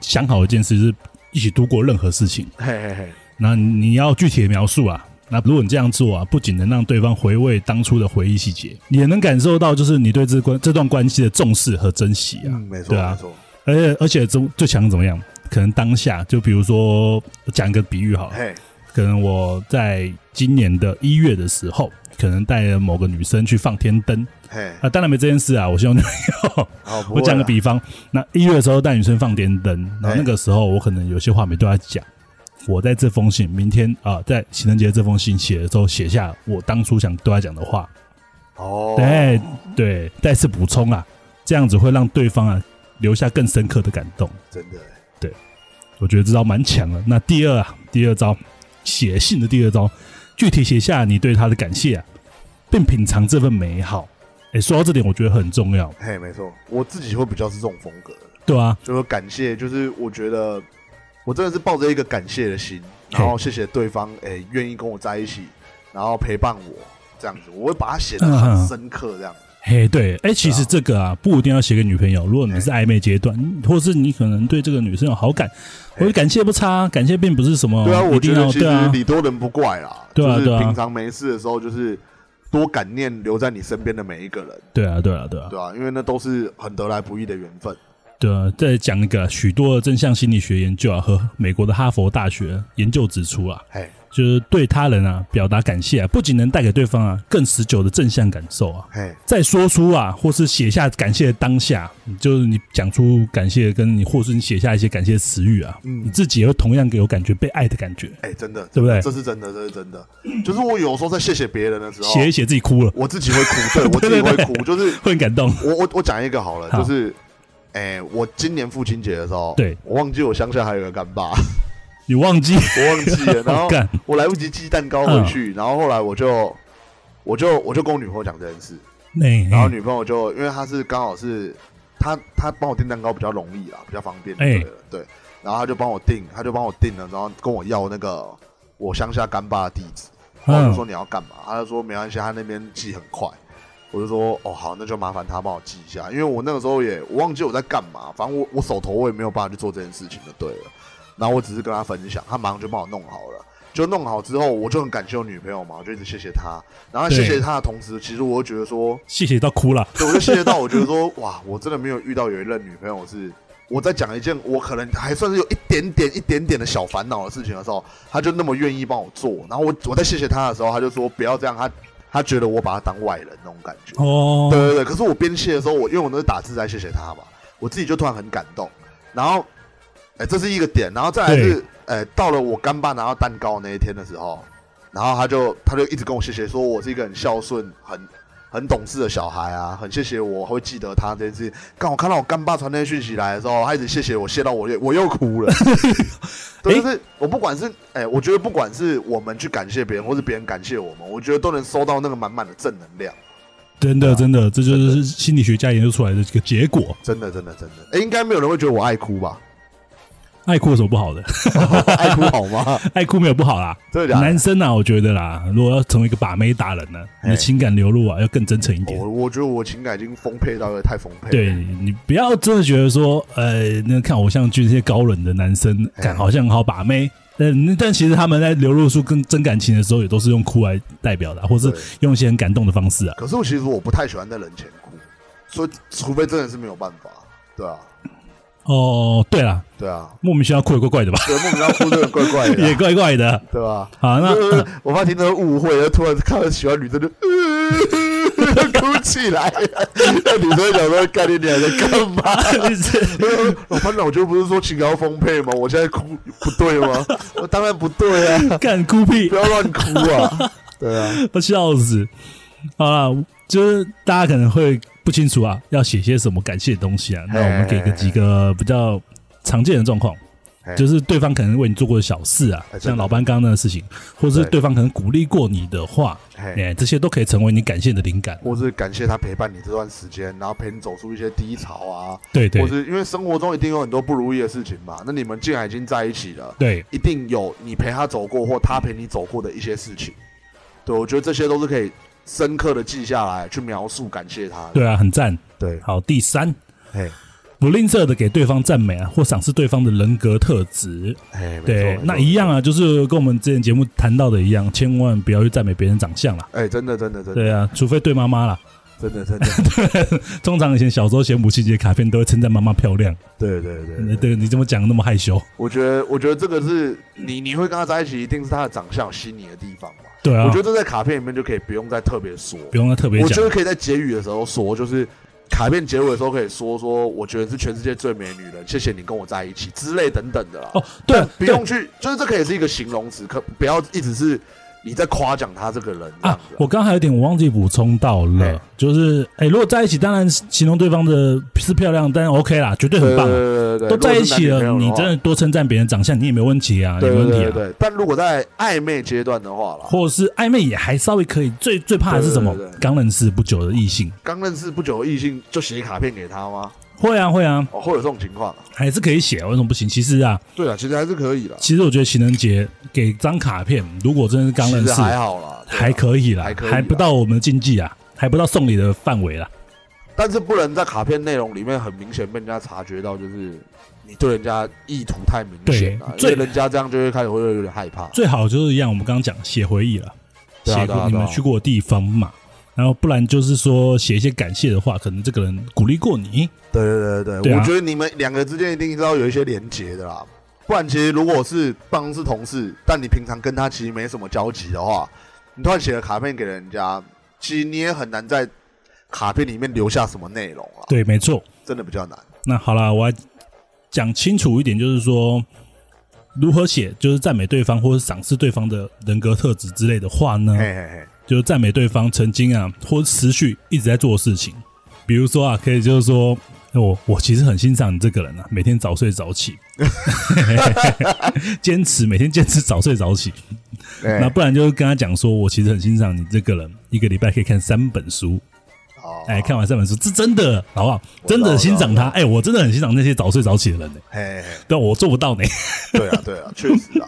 想好一件事，就是一起度过任何事情。嘿嘿嘿，那你要具体的描述啊。那如果你这样做啊，不仅能让对方回味当初的回忆细节，也能感受到就是你对这关这段关系的重视和珍惜啊。嗯，没错，对啊没错，而且而且最最强怎么样？可能当下就比如说讲一个比喻好了，嘿，可能我在今年的一月的时候，可能带了某个女生去放天灯嘿，啊，当然没这件事啊，我希望没有。好，不我会讲个啦，比方，那一月的时候带女生放电灯，然哎后那个时候我可能有些话没对她讲。我在这封信，明天啊、在情人节这封信写的时候，写下我当初想对她讲的话。哦，对对，再次补充啊，这样子会让对方啊留下更深刻的感动。真的，欸我觉得这招蛮强的。那第二啊，第二招，写信的第二招，具体写下你对她的感谢、啊，并品尝这份美好。诶，说到这点，我觉得很重要，嘿，没错，我自己会比较是这种风格的，对啊，就是说感谢，就是我觉得我真的是抱着一个感谢的心，然后谢谢对方，哎、愿意跟我在一起，然后陪伴我这样子，我会把它写得嗯很深刻这样。嘿，对，哎、其实这个啊，不一定要写给女朋友。如果你是暧昧阶段，或是你可能对这个女生有好感，我觉得感谢不差啊，感谢并不是什么对啊，我一定觉得要其对实啊，理多人不怪啦，对啊就是对啊平常没事的时候就是。多感念留在你身边的每一个人，对啊，对啊，对啊对，吧、因为那都是很得来不易的缘分。对啊。再讲一个啊许多的正向心理学研究啊，和美国的哈佛大学研究指出啊，嘿，就是对他人啊表达感谢啊，不仅能带给对方啊更持久的正向感受啊，嘿，在说出啊，或是写下感谢的当下，就是你讲出感谢，跟你或是你写下一些感谢词语啊，嗯你自己也会同样有感觉被爱的感觉。哎、真的，对不对这是真的，这是真的。就是我有时候在谢谢别人的时候，写一写自己哭了，我自己会哭， 对我自己会哭，就是会很感动。我我我讲一个好了，好就是，哎、我今年父亲节的时候，对我忘记我乡下还有个干 爸，你忘 记？我忘记 了，然后干嗯我来不及寄蛋糕回去，然后后来我就，我就我就跟我女朋友讲这件事，哎然后女朋友就因为她是刚好是她她帮我订蛋糕比较容易啊，比较方便，哎对了对，然后她就帮我订，她就帮我订了，然后跟我要那个我乡下干爸的地址，然后我就说嗯，你要干嘛？他就说没关系，他那边寄很快。我就说哦好，那就麻烦他帮我寄一下，因为我那个时候也我忘记我在干嘛，反正我我手头我也没有办法去做这件事情就对了。然后我只是跟他分享，他马上就帮我弄好了。就弄好之后，我就很感谢我女朋友嘛，我就一直谢谢她。然后对谢谢她的同时，其实我又觉得说，谢谢到哭了。对，我就谢谢到，我觉得说，哇，我真的没有遇到有一任女朋友是我在讲一件我可能还算是有一点点、一点点的小烦恼的事情的时候，她就那么愿意帮我做。然后我我在谢谢她的时候，她就说不要这样，她她觉得我把她当外人那种感觉。哦，对对对，可是我边谢的时候，我因为我那是打字在谢谢她嘛，我自己就突然很感动。然后，哎，这是一个点，然后再来是，哎，到了我干爸拿到蛋糕那一天的时候，然后他就他就一直跟我谢谢，说我是一个很孝顺、很很懂事的小孩啊，很谢谢我，会记得他这件事情。刚我看到我干爸传那些讯息来的时候，他一直谢谢我，谢到我又我又哭了。对，就是我不管是哎、我觉得不管是我们去感谢别人，或是别人感谢我们，我觉得都能收到那个满满的正能量。真啊的真的，这就是心理学家研究出来的这个结果。真的，真的，真的，哎、应该没有人会觉得我爱哭吧？ 爱哭有什么不好的？ 爱哭好吗？爱哭没有不好啦。真的假的男？生啊，我觉得啦，如果要成为一个把妹达人呢，你的哎情感流露啊要更真诚一点。我哦我觉得我情感已经丰沛到有点太丰沛。对，你不要真的觉得说，呃，那看偶像剧那些高冷的男生，哎感好像很好把妹，但但其实他们在流露出跟真感情的时候，也都是用哭来代表的啊，或是对用一些很感动的方式啊。可是我其实我不太喜欢在人前哭，所以除非真的是没有办法，对啊，哦，对了，对啊，莫名其妙哭也怪怪的吧，对啊莫名其妙哭真的怪怪的 也啊，怪怪的。对吧？啊好，那 就是我怕听众误会，然后突然看到喜欢女生就， 哭起来 了。那女生想说：“干你娘在干嘛？” 你是老班长，我就不是说情感要丰沛吗？我现在哭不对吗？我当然不对啊，干孤僻不，要乱哭啊！对啊，我笑死。好啦，就是大家可能会不清楚啊，要写些什么感谢的东西啊。那我们给个几个比较常见的状况嘿，就是对方可能为你做过的小事啊哎，真的像老班刚刚那个事情，或者是对对方可能鼓励过你的话，嘿，哎，这些都可以成为你感谢的灵感。 或是感谢他陪伴你这段时间，然后陪你走出一些低潮啊，对对或是因为生活中一定有很多不如意的事情嘛。那你们既然已经在一起了，对，一定有你陪他走过或他陪你走过的一些事情。对，我觉得这些都是可以深刻的记下来，去描述感谢他的。对啊，很赞。对，好，第三，嘿，不吝啬的给对方赞美啊，或赏识对方的人格特质。嘿，哎没错对，那一。没错样啊，就是跟我们之前节目谈到的一样，千万不要去赞美别人长相啊啦。哎、真的，真的，真的，对啊，除非对妈妈啦。真的，真 的，通常以前小时候写母亲节卡片都会称赞妈妈漂亮，对对对对你怎么讲那么害羞？我觉得，我觉得这个是你你会跟他在一起，一定是他的长相有吸引你的地方嘛。对啊，我觉得这在卡片里面就可以不用再特别说，不用特别我觉讲得可以在结语的时候说，就是卡片结尾的时候可以说说，我觉得是全世界最美的女人，谢谢你跟我在一起之类等等的啦。哦，对啊，不对用去，就是这可以是一个形容词，可不要一直是你在夸奖他这个人这样啊子。，我刚刚还有一点我忘记补充到哎了，就是哎，如果在一起，当然形容对方的是漂亮，但 OK 啦，绝对很棒啊。对对对对，都在一起如了，果你是男女朋友的话真的多称赞别人长相，你也没问题啊，也对没对问题对啊。对。但如果在暧昧阶段的话啦，或者是暧昧也还稍微可以，最最怕的是什么对对对对？刚认识不久的异性，刚认识不久的异性就写卡片给他吗？会啊会啊，哦，会有这种情况啊？还是可以写，为什么不行？其实啊，对啊，其实还是可以的。其实我觉得情人节给张卡片，如果真的是刚认其识实，还好啦，对啊还可以啦还可，以啦还不到我们的禁忌啊，还不到送礼的范围啦。但是不能在卡片内容里面很明显被人家察觉到，就是你对人家意图太明显了，对所最以人家这样就会开始会有点害怕。最好就是一样，我们刚刚讲写回忆了，对啊写对啊过你们对啊去过的地方嘛。然后不然就是说写一些感谢的话，可能这个人鼓励过你，对对对对，对啊我觉得你们两个之间一定是要有一些连结的啦，不然其实如果是办公室同事，但你平常跟他其实没什么交集的话，你突然写了卡片给人家，其实你也很难在卡片里面留下什么内容了，对，没错。真的比较难。那好啦，我要讲清楚一点，就是说如何写，就是赞美对方或者赏识对方的人格特质之类的话呢，嘿嘿嘿，就是赞美对方曾经啊或者持续一直在做的事情。比如说啊，可以就是说，哎我我其实很欣赏你这个人啊，每天早睡早 起，坚持每天坚持早睡早起。那哎，不然就是跟他讲说，我其实很欣赏你这个人，一个礼拜可以看三本书。好哎，看完三本书，这真的好不好？哦我知真道的我知道欣赏他。哎，我真的很欣赏那些早睡早起的人呢、嘿嘿嘿，但我做不到呢。对啊对啊，确实啊，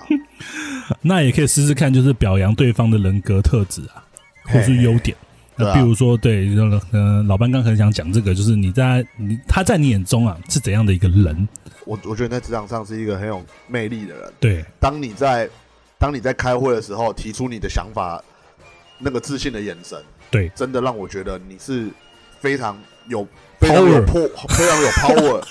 那也可以试试看，就是表扬对方的人格特质啊，或是优点。对那啊比如说，对，嗯、呃，老班刚很想讲这个，就是你在你他在你眼中啊是怎样的一个人？我 我觉得在职场上是一个很有魅力的人。啊对当你在当你在开会的时候提出你的想法，那个自信的眼神，对真的让我觉得你是非常有非常 Power 有破非常有 power，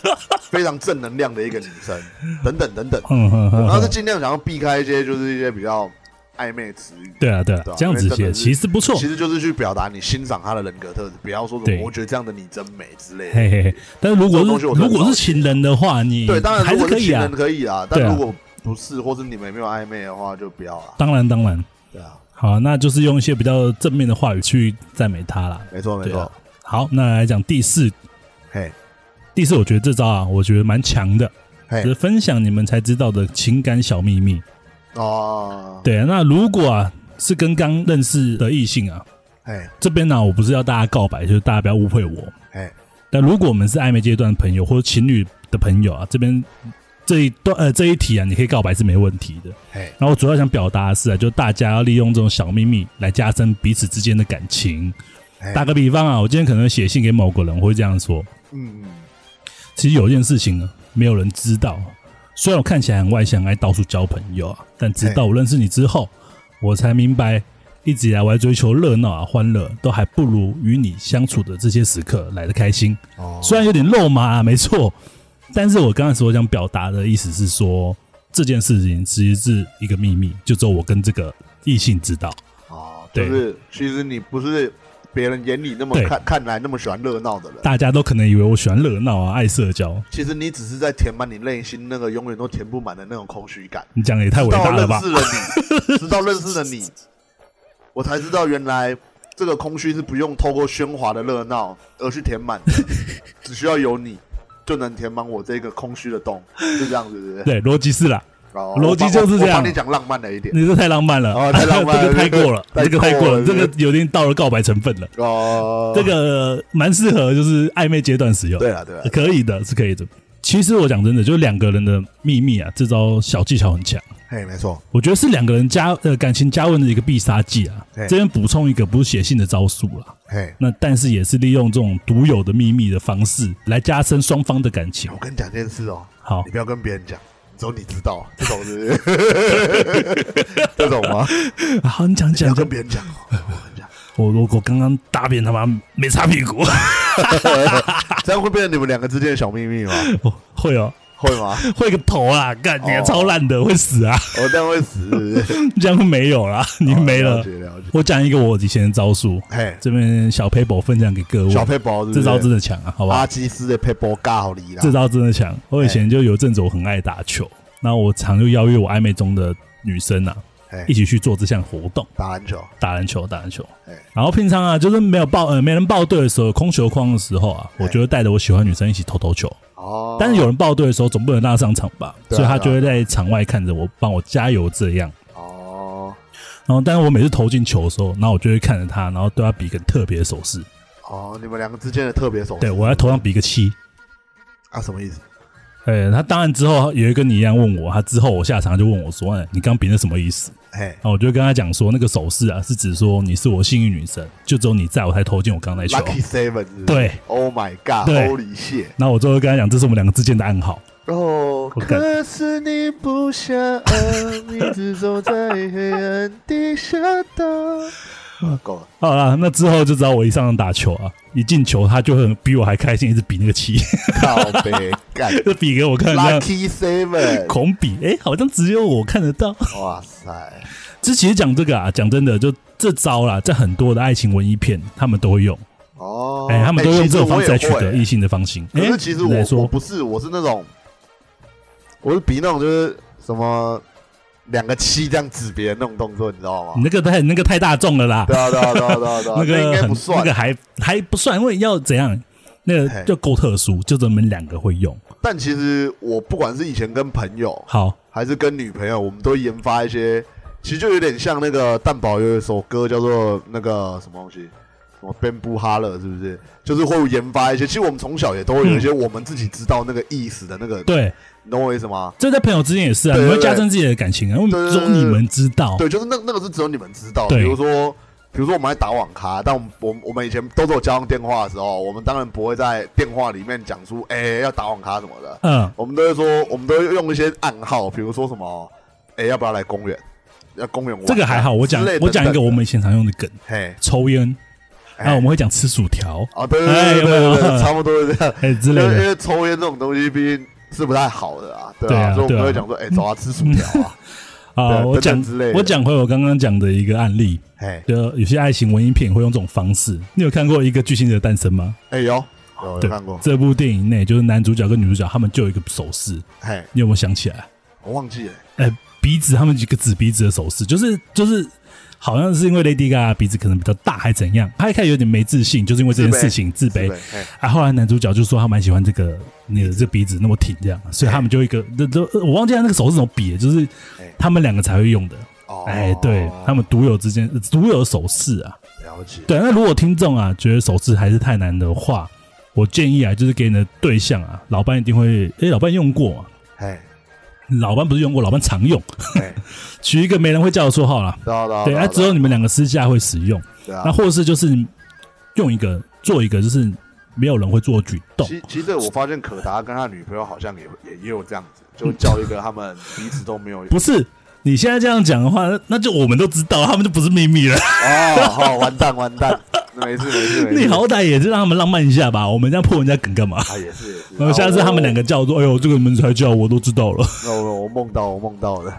非 常正能量的一个女生，等等等等。 嗯哼哼然后是哼，尽量想要避开一些就是一些比较暧昧词语，对啊对啊对啊，这样子因为真写的是其实不错其。实就是去表达你欣赏她的人格特质，不要说什对么我觉得这样的你真美之类嘿的。嘿嘿，但是如果这种东是西我真的如果不是好情人的话，你对，当然还如是果可是以情啊人。可以啊，但对啊如果不是，或是你们也没有暧昧的话，就不要了。当然当然，对啊，好，那就是用一些比较正面的话语去赞美他啦。没错没对错啊，，好，那来讲第四，嘿，第四我觉得这招啊，我觉得蛮强的，嘿就是分享你们才知道的情感小秘密。哦，对啊，那如果啊是跟刚认识的异性啊，哎这边呢、我不是要大家告白，就是大家不要误会我。哎，但如果我们是暧昧阶段的朋友或者情侣的朋友啊，这边这一段呃这一题啊，你可以告白是没问题的。嘿然后我主要想表达的是啊，就大家要利用这种小秘密来加深彼此之间的感情哎。打个比方啊，我今天可能会写信给某个人，我会这样说：嗯，嗯其实有一件事情呢，啊没有人知道。啊虽然我看起来很外向，爱到处交朋友啊，但直到我认识你之后，我才明白，一直以来我在追求热闹啊、欢乐，都还不如与你相处的这些时刻来的开心。哦，虽然有点肉麻、啊，没错，但是我刚才所想表达的意思是说，这件事情其实是一个秘密，就只有我跟这个异性知道。哦，就对是其实你不是别人眼里那么对看看来那么喜欢热闹的人。大家都可能以为我喜欢热闹啊，爱社交。其实你只是在填满你内心那个永远都填不满的那种空虚感。你讲的也太伟直到大了认吧识？了你，直到认识了你，我才知道原来这个空虚是不用透过喧哗的热闹而去填满的，只需要有你就能填满我这个空虚的洞，是这样子，对不对，对？逻辑是啦，哦逻辑就是这样嗯我帮你讲浪漫了一点你这太浪漫了，哦太浪漫 这个了太过了， 太这个太过过了，了这个有点到了告白成分了。哦。这个蛮适合就是暧昧阶段使用，对了对了，可以的，是可以的。其实我讲真的，就两个人的秘密啊，这招小技巧很强。嘿，没错，我觉得是两个人加呃感情加温的一个必杀技啊对。这边补充一个不是写信的招数啦，嘿，那但是也是利用这种独有的秘密的方式来加深双方的感情我。跟你讲件事哦，好你，不要跟别人讲，只有你知道，这种 是不是这种吗？ 好，你讲你讲要跟讲，别人讲哦， 我跟你讲，我我我刚刚大便他妈没擦屁股，这样会变成你们两个之间的小秘密吗？ 哦会哦，会 吗？会个头啦，干你还哦超烂的，会死啊， 我这样会死，是不是这样没有啦，你没哦了了解。了解。我讲一个我以前的招数，嘿，这边小 paper 分享给各位。小配包是不这是招真的强啊，好吧阿？基斯的配包尬好离啦这。招真的强。我以哎前就有阵子我很爱打球，那我常就邀约我暧昧中的女生啊，嘿一，起去做这项活动，打篮球，打篮球，打篮球哎。然后平常啊，就是没有报呃没人报队的时候，空球框的时候啊，哎我就会带着我喜欢的女生一起投投球。哦，但是有人报队的时候，总不能让她上场吧？对啊所以她就会在场外看着我，帮我加油这样。哦然后，但是我每次投进球的时候，然后我就会看着她，然后对她比一个特别的手势。哦，你们两个之间的特别手势对我在头上比个七。啊，什么意思？哎，他当然之后也会跟你一样问我，他之后我下场就问我说：“哎，你刚比那什么意思嘿？”，然后我就跟他讲说，那个手势啊，是指说你是我幸运女神，就只有你在我才投进我刚才球。啊 Lucky Seven 是不是对，Oh my 对 God，Holy shit！然后我最后跟他讲，这是我们两个之间的暗号。哦，我感可是你不想爱，一直走在黑暗地下 道。啊够了，好啦，那之后就知道我一上场打球啊，一进球他就很比我还开心，一直比那个七， 靠北干就比给我看，这样 ，Lucky Seven，狂比。哎，好像只有我看得到。哇塞！这其实讲这个啊，讲真的，就这招啦，在很多的爱情文艺片他们都会用，哦，哎，他们都欸用这种其实我方式来也取会得异性的芳心。可哎是其实你来我我说不是，我是那种，我是比那种就是什么两个七这样指别人那种动作，你知道吗你？那个太那个太大众了啦，对啊对啊对啊对啊，对啊那应个该很不那算个。还还不算，因为要怎样，那个嘿就够特殊，就咱们两个会用。但其实我不管是以前跟朋友好，还是跟女朋友，我们都研发一些，其实就有点像那个蛋堡有一首歌叫做那个什么东西。什么 bamboo 哈了是不是？就是会研发一些，其实我们从小也都会有一些我们自己知道那个意思的那个，嗯对，你懂我意思吗？这在朋友之间也是啊，对你对会加深自己的感情啊，因为对对只有你们知道。对，就是那那个是只有你们知道。哦对比如说，比如说我们在打网咖，但我们我们我们以前都是有交通电话的时候，我们当然不会在电话里面讲出哎、要打网咖什么的，嗯，我们都会说，我们都会用一些暗号，比如说什么哎、要不要来公园？要公园玩这个还好，我讲之类等我讲一个等我们以前常用的梗，嘿，抽烟，哎然后我们会讲吃薯条，啊对对哎对有对没有对对，差不多是这样。哎之因类为因的。为抽烟这种东西，毕竟是不太好的啊，对对啊所以我对们啊都会讲说，哎、走啊，吃薯条啊，对啊，等我讲等之类的我讲回我刚刚讲的一个案例，嘿，就有些爱情文艺片会用这种方式。你有看过一个巨星的诞生吗？哎、有有有对看过，这部电影内，就是男主角跟女主角他们就有一个手势，嘿，你有没有想起来？我忘记了，呃，鼻子他们几个指鼻子的手势，就是就是，好像是因为 Lady Gaga 鼻子可能比较大，还怎样？他一开始有点没自信，就是因为这件事情自自卑。嗯嘿啊，后来男主角就说他蛮喜欢这个你的这鼻子那么挺这样，所以他们就一个这这我忘记他那个手是怎么比的，就是哎他们两个才会用的。哦，哎，对他们独有之间呃独有的手势啊。了解，对，那如果听众啊觉得手势还是太难的话，我建议啊，就是给你的对象啊，老班一定会，哎，老班用过嘛？哎老班不是用过，老班常用，哎，取一个没人会叫的绰号啦。知道知道，对，知那道只有你们两个私下会使用，对那啊。或者是就是用一个做一个，就是没有人会做的举动。其其实这我发现可达跟他女朋友好像也也也有这样子，就叫一个他们彼此都没有不是你现在这样讲的话，那那就我们都知道，他们就不是秘密了。哦，好完蛋完蛋，没事没事没你事，好歹也是让他们浪漫一下吧，我们这样破人家梗干嘛？啊也是也是，然后下次他们两个叫做，哎呦，这个门才叫，我都知道了。啊，我我我梦到我梦到的，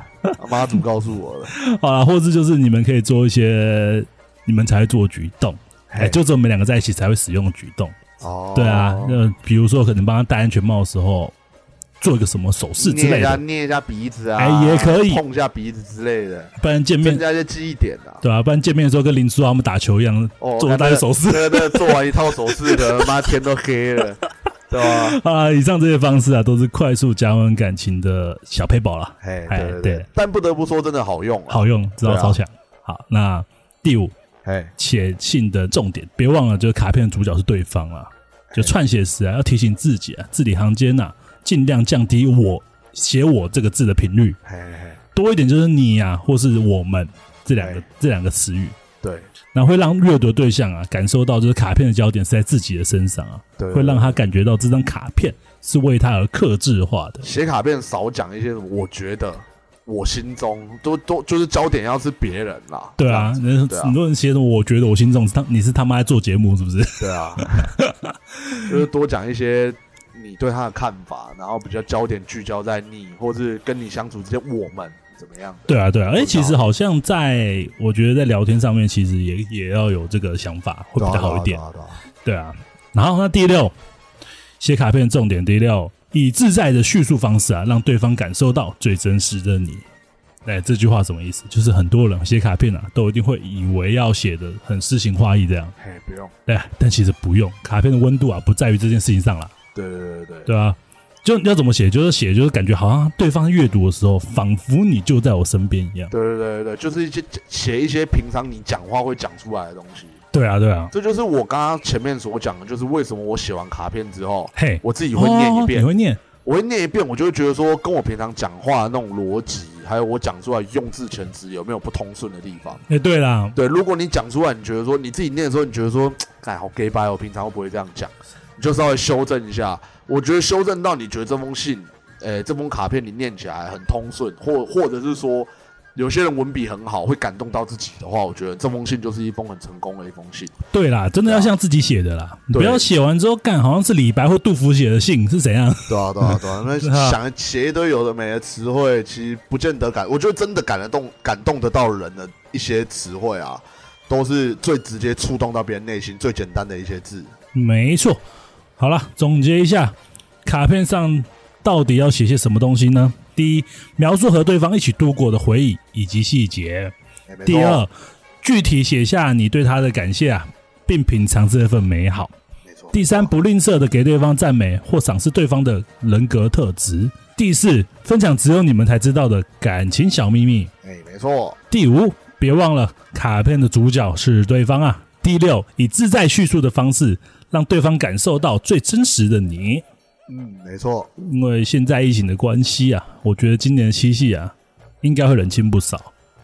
妈祖告诉我的，好啦，或者就是你们可以做一些你们才会做的举动，哎，就只有我们两个在一起才会使用的举动。哦，对啊，那比如说可能帮他戴安全帽的时候，做一个什么手势之捏类一下的，捏一下鼻子啊，哎也可以碰一下鼻子之类的，不然见增面加一些记忆点啊。对啊，不然见面的时候跟林书豪他们打球一样，哦，做个大那家手势。那那做完一套手势，可能妈天都黑了，对吧？ 啊，以上这些方式啊，都是快速加温感情的小配宝啦，哎，哎对对对对，但不得不说，真的好用啊。好用，知道对啊超强。好，那第五，哎，写信的重点，别忘了，就是卡片的主角是对方啦。哎就串写时啊，要提醒自己啊，字里行间呐、啊，尽量降低我写我这个字的频率，嘿嘿嘿，多一点就是你啊，或是我们这两个哎这两个词语，对那会让阅读对象啊感受到，就是卡片的焦点是在自己的身上啊，对，会让他感觉到这张卡片是为他而克制化的。写卡片少讲一些，我觉得我心中都都就是焦点要是别人啦。对啊，这样子人对很啊，多人写的，我觉得我心中是他，你是他妈在做节目是不 是？对啊， 就是多讲一些你对他的看法，然后比较焦点聚焦在你，或是跟你相处之间我们怎么样的。对啊，对啊。哎、知道其实好像在我觉得在聊天上面，其实也也要有这个想法，会比较好一点。对啊。对啊对啊对啊。然后那第六，写卡片的重点第六，以自在的叙述方式啊，让对方感受到最真实的你。哎，这句话什么意思？就是很多人写卡片啊，都一定会以为要写的很诗情画意这样，嘿，不用。对啊，但其实不用，卡片的温度啊，不在于这件事情上啦。对对对对对，对啊，就要怎么写，就是写，就是感觉好像对方阅读的时候，仿佛你就在我身边一样。对对对对，就是一些写一些平常你讲话会讲出来的东西。对啊，对啊，这就是我刚刚前面所讲的，就是为什么我写完卡片之后，嘿，我自己会念一哦遍你，会念，我会念一遍，我就会觉得说，跟我平常讲话的那种逻辑，还有我讲出来用字遣词有没有不通顺的地方。哎、对啦，对，如果你讲出来，你觉得说你自己念的时候，你觉得说，哎，好 gay 白，我平常都不会这样讲，你就稍微修正一下。我觉得修正到你觉得这封信，呃，这封卡片你念起来很通顺，或或者是说，有些人文笔很好，会感动到自己的话，我觉得这封信就是一封很成功的一封信。对啦，真的要像自己写的啦，你不对要写完之后干，好像是李白或杜甫写的信是怎样？对啊，对啊，对啊，那对啊想写一堆有的没的词汇，其实不见得感，我觉得真的感得动、感动得到人的一些词汇啊，都是最直接触动到别人内心最简单的一些字。没错。好了，总结一下，卡片上到底要写些什么东西呢？第一，描述和对方一起度过的回忆以及细节。哎没错第二，具体写下你对他的感谢啊，并品尝这份美好。没错，第三，不吝啬的给对方赞美或赏识对方的人格特质。第四，分享只有你们才知道的感情小秘密。哎，没错，第五，别忘了卡片的主角是对方啊。第六，以自在叙述的方式，让对方感受到最真实的你。嗯，没错，因为现在疫情的关系啊，我觉得今年的七夕啊，应该会冷清不少。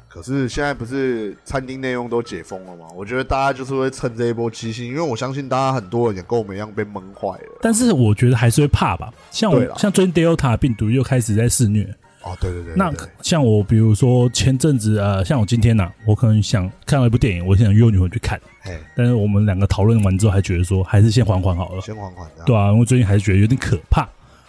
可是现在不是餐厅内容都解封了吗？我觉得大家就是会趁这一波七夕，因为我相信大家很多人也跟我们一样被闷坏了。但是我觉得还是会怕吧，像对啦我像最近 Delta 病毒又开始在肆虐，哦，对对对，那对像我，比如说前阵子，呃，像我今天呐、我可能想看到一部电影，我想约我女朋友去看，对哎，但是我们两个讨论完之后，还觉得说还是先缓缓好了。先缓缓的，对啊，因为最近还是觉得有点可怕，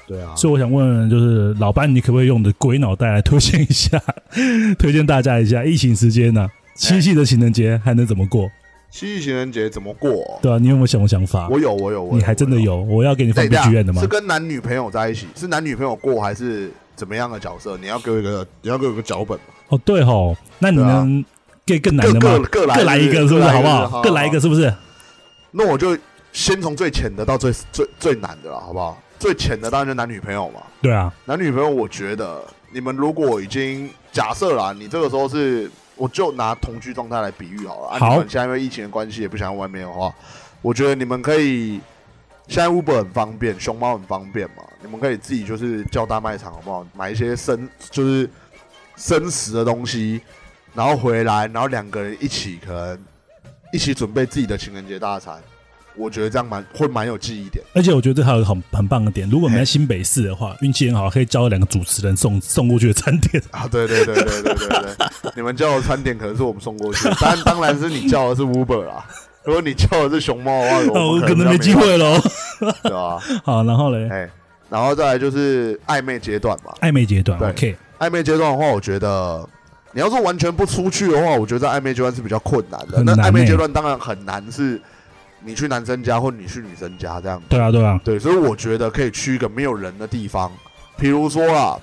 对啊，所以我想问，就是老班，你可不可以用你的鬼脑袋来推荐一下， 推荐大家一下，疫情时间呢、七夕的情人节还能怎么过？七夕情人节怎么过？对啊，你有没有什么想法？我有，我有，我有你还真的我有，我要给你放对啊 B 的， G 院的吗是？跟男女朋友在一起，是男女朋友过还是怎么样的角色？你要给我一个，你要给我一个脚本嘛。哦，对吼，那你对啊能给更难的各吗？各各来各来一个是是不不是是？各来好一不个好？好各来一个好是不是？那我就先从最浅的到最最最难的了，好不好？最浅的当然就男女朋友嘛。对啊，男女朋友，我觉得你们如果已经假设啦，你这个时候是，我就拿同居状态来比喻好了。啊、好你们现在因为疫情的关系，也不想要外面的话，我觉得你们可以，现在 Uber 很方便，熊猫很方便嘛，你们可以自己就是叫大卖场好不好？买一些生就是生食的东西，然后回来，然后两个人一起可能一起准备自己的情人节大餐，我觉得这样蛮会蛮有记忆点。而且我觉得这还有个很很棒的点，如果你在新北市的话，运气很好，可以叫两个主持人送送过去的餐点。啊，对对对对对对对，你们叫的餐点可能是我们送过去，但当然是你叫的是 Uber 啦。如果你叫的是熊猫的话，哦，我我们可能没比机较会喽。对吧？好，然后嘞，哎，然后再来就是暧昧阶段嘛，暧昧阶段对，OK，暧昧阶段的话，我觉得你要说完全不出去的话，我觉得在暧昧阶段是比较困难的。很那难暧昧欸阶段当然很难，是你去男生家或你去女生家这样子。对啊，对啊，对，所以我觉得可以去一个没有人的地方，比如说啦，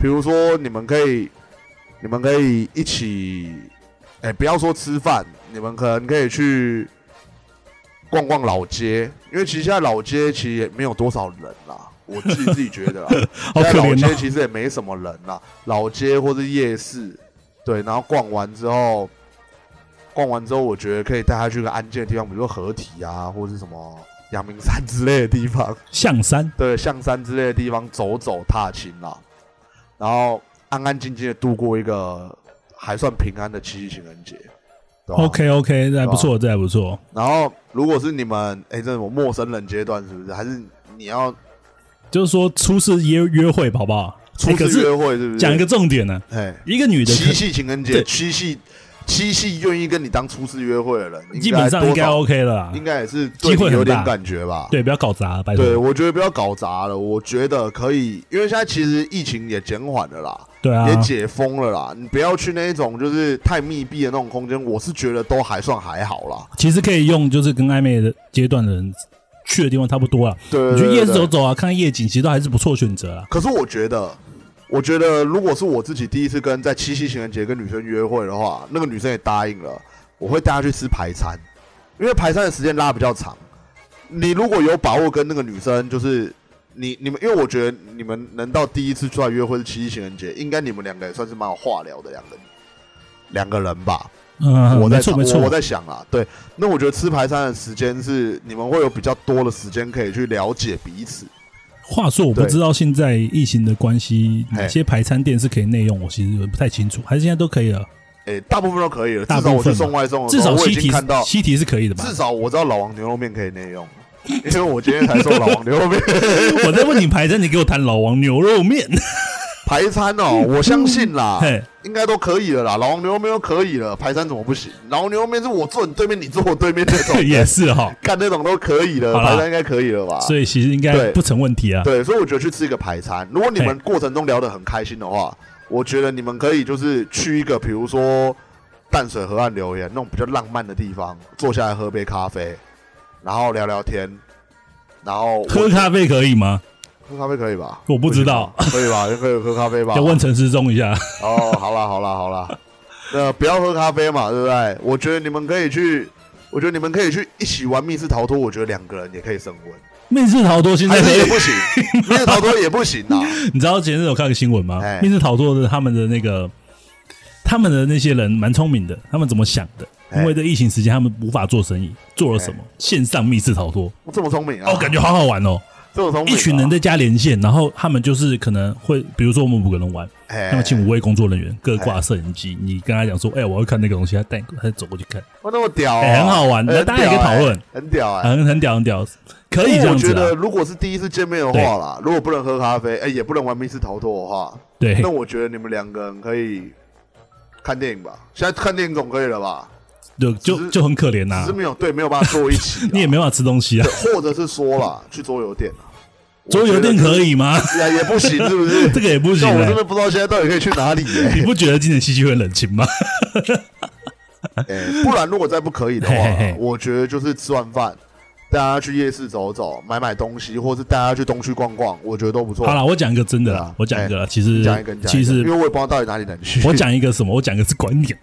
比如说你们可以，你们可以一起，哎、不要说吃饭，你们可能可以去逛逛老街，因为其实现在老街其实也没有多少人啦，我自己自己觉得啦，好现在可啊老怜街哦。其实也没什么人啦，老街或是夜市，对，然后逛完之后。逛完之后，我觉得可以带他去个安静的地方，比如说合体啊，或者是什么阳明山之类的地方。 象山，对象山之类的地方走走踏青啦，然后安安静静的度过一个还算平安的七夕情人节。对吧 OK OK，这还不错，这还不错。然后如果是你们，哎，这种陌生人阶段是不是？还是你要就是说初次约约会吧，好不好？初哎可次是约会是不是？讲一个，重点呢，哎，一个女的可七夕情人节，对七夕七夕愿意跟你当初次约会的人，应该基本上应该多少 OK 了啦。应该也是对机你会很有点大感觉吧？对，不要搞砸了，拜对，托。我觉得不要搞砸了。我觉得可以，因为现在其实疫情也减缓了啦。对啊也，解封了啦，你不要去那一种就是太密闭的那种空间，我是觉得都还算还好啦。其实可以用就是跟暧昧的阶段的人去的地方差不多了。啊对你去夜市。对走对走啊，看看夜景，其实都还是不错选择啊。可是我觉得，我觉得如果是我自己第一次跟在七夕情人节跟女生约会的话，那个女生也答应了，我会带她去吃排餐，因为排餐的时间拉比较长。你如果有把握跟那个女生，就是你你们，因为我觉得你们能到第一次出来约会是七夕情人节，应该你们两个也算是蛮有话聊的两个两个人吧。嗯，我没在错想没错我，我在想啦，对，那我觉得吃排餐的时间是你们会有比较多的时间可以去了解彼此。话说，我不对知道现在疫情的关系，哪些排餐店是可以内用，我其实不太清楚，还是现在都可以了？诶、大部分都可以了，至大部少分我去吧送外送的至时候，少我西已提经看到，西提是可以的吧？至少我知道老王牛肉面可以内用，因为我今天才送老王牛肉面 我在问你排餐，你给我谈老王牛肉面，排餐 哦，我相信啦，嘿，应该都可以了啦，老王牛肉面都可以了，排餐怎么不行？老王牛肉面是我坐你对面，你坐我对面那种， 也是哈，干那种都可以了，好啦排餐应该可以了吧？所以其实应该对不成问题 啊。对，所以我觉得去吃一个排餐，如果你们过程中聊得很开心的话，我觉得你们可以就是去一个，比如说淡水河岸留言那种比较浪漫的地方，坐下来喝杯咖啡，然后聊聊天，然后我喝咖啡可以吗？喝咖啡可以吧？我不知道不行 吧，可以吧？可以喝咖啡吧？要问陈世忠一 下。哦，好啦好啦好啦，那不要喝咖啡嘛，对不对？我觉得你们可以去，我觉得你们可以去一起玩密室逃脱，我觉得两个人也可以升温，密室逃脱现还在是也不 行，密室逃脱也不行啊。 你知道前阵子我看到一个新闻吗哎？密室逃脱的他们的那个，他们的那些人蛮聪明的，他们怎么想的？哎因为在疫情时间，他们无法做生意，做了什么？线上密室逃脱，这么聪明啊！哦，感觉好好玩哦！这种聪明啊一群人在家连线，然后他们就是可能会，比如说我们五个人玩，哎，他们请五位工作人员各挂摄影机，你跟他讲说，哎，我要看那个东西，他带你他走过去看，哇，那么屌哦、哎很好玩哎很大家也可以屌哎讨论很屌哎、很很屌很屌，可以这因为样我觉子得，啊，如果是第一次见面的话啦，如果不能喝咖啡，哎、也不能玩密室逃脱的话，对那我觉得你们两个人可以看电影吧。现在看电影总可以了吧？就只是就就很可怜只呐是，没有对，没有办法坐一起 。啦你也没办法吃东西啊对，，或者是说啦，去桌游店啊桌游店可以，以吗？？哎也也不行，是不 是这个也不行但我哎真的不知道现在到底可以去哪里欸耶、你不觉得今年七夕会很冷清 吗？欸不然如果再不可以的话，嘿嘿嘿我觉得就是吃完饭，带大家去夜市走走，买买东西，或是带大家去东区逛逛，我觉得都不错。好啦，我讲一个真的对啊啦，我讲一个啦，其你实讲一个，你讲一其个，因为实我也不知道到底哪里能去。 我讲一个什么？我讲一个是观 点，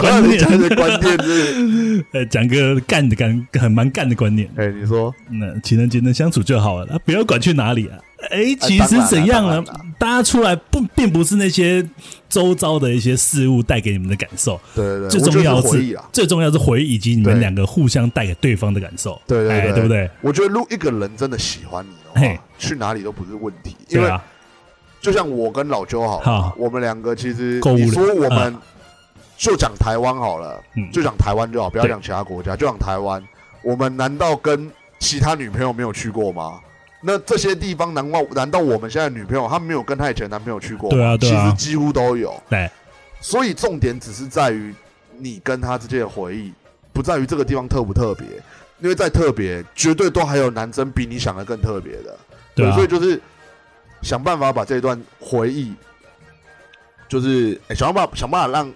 观你讲点，的观念是，呃，讲个干的干很蛮干的观点。哎、你说那情人节能相处就好了，不要管去哪里啊。哎，其实怎样当然呢啦当然？大家出来不并不是那些周遭的一些事物带给你们的感受，对对对，最我觉重要得是回忆是啊。最重要是回忆以及你们对两个互相带给对方的感受。对对哎对，对不对？？我觉得如果一个人真的喜欢你的嘿话，去哪里都不是问题，因对为啊，就像我跟老周好了好我们两个其实够无聊你说我们就讲台湾好了，嗯就讲台湾就好，不要对讲其他国家，就讲台湾。我们难道跟其他女朋友没有去过吗？那这些地方，难道难道我们现在的女朋友她没有跟她以前的男朋友去过吗？对啊对啊其实几乎都有。对，所以重点只是在于你跟他之间的回忆，不在于这个地方特不特别，因为再特别，绝对都还有男生比你想的更特别的。对啊所以就是想办法把这段回忆就是、哎想办法想办法让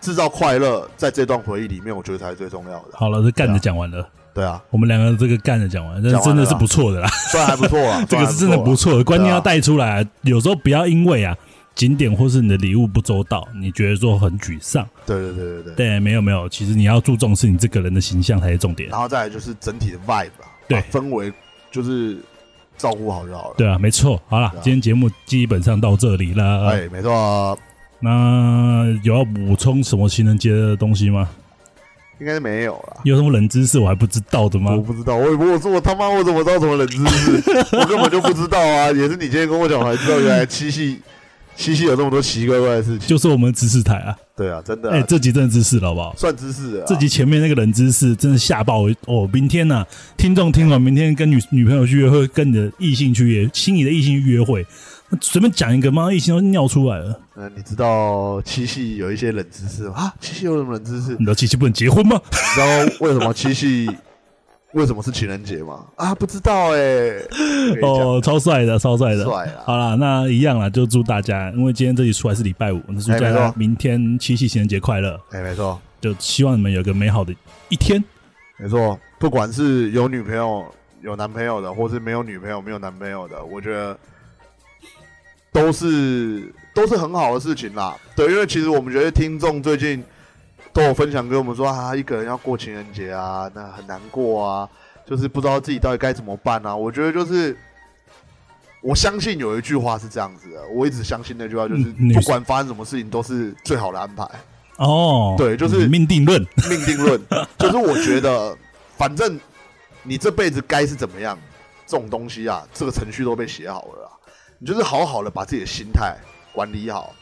制造快乐，在这段回忆里面，我觉得才是最重要的。好了，这干的讲完了，对啊，我们两个这个干的讲完，但讲完真的了是啦不错 的啦，虽然还不错 啊，这个是真的不不错的，观念对啊要带出来啊。有时候不要因为啊景点或是你的礼物不周到，你觉得说很沮丧。对对对对对。对，没有没有，其实你要注重是你这个人的形象才是重点。然后再来就是整体的 vibe 啊，对把氛围就是照顾好就好了。对啊，没错。好了对，啊今天节目基本上到这里了。哎，没错啊，那有要补充什么情人节的东西吗？应该是没有啦。有什么冷知识我还不知道的我吗？不知道，我也不我说我他妈我怎么知道什么冷 知识？我根本就不知道啊！也是你今天跟我讲，我才知道原来七夕七夕有这么多奇奇怪怪的事情。就是我们知识台啊，对啊，真的啊、哎、这集真的知识了，好不好？算知识啊。这集前面那个冷知识真的吓爆我！哦，明天呢、听众听完，明天跟女女朋友去约会，跟你的异性去约，心仪的异性去约会，那随便讲一个，妈异性都尿出来了。嗯、你知道七夕有一些冷知识吗？啊，七夕有什么冷知识？你你知道七七不能结婚吗？知道为什么七夕为什么是情人节吗？啊，不知道哎、可以讲哦，超帅的，超帅的。帅啊啦好啦，那一样啦，就祝大家，因为今天这集出来是礼拜五，那祝大哎没家错明天七夕情人节快乐，哎、没错，就希望你们有个美好的一天。没错，不管是有女朋友、有男朋友的，或是没有女朋友、没有男朋友的，我觉得都是都是很好的事情啦。对，因为其实我们觉得听众最近都有分享给我们说啊，一个人要过情人节啊，那很难过啊，就是不知道自己到底该怎么办啊。我觉得就是。我相信有一句话是这样子的，我一直相信那句话就是嗯女，不管发生什么事情都是最好的安排。哦，对就是命定论。命定论，就是我觉得，反正你这辈子该是怎么样，这种东西啊，这个程序都被写好了啊你就是好好的把自己的心态管理好，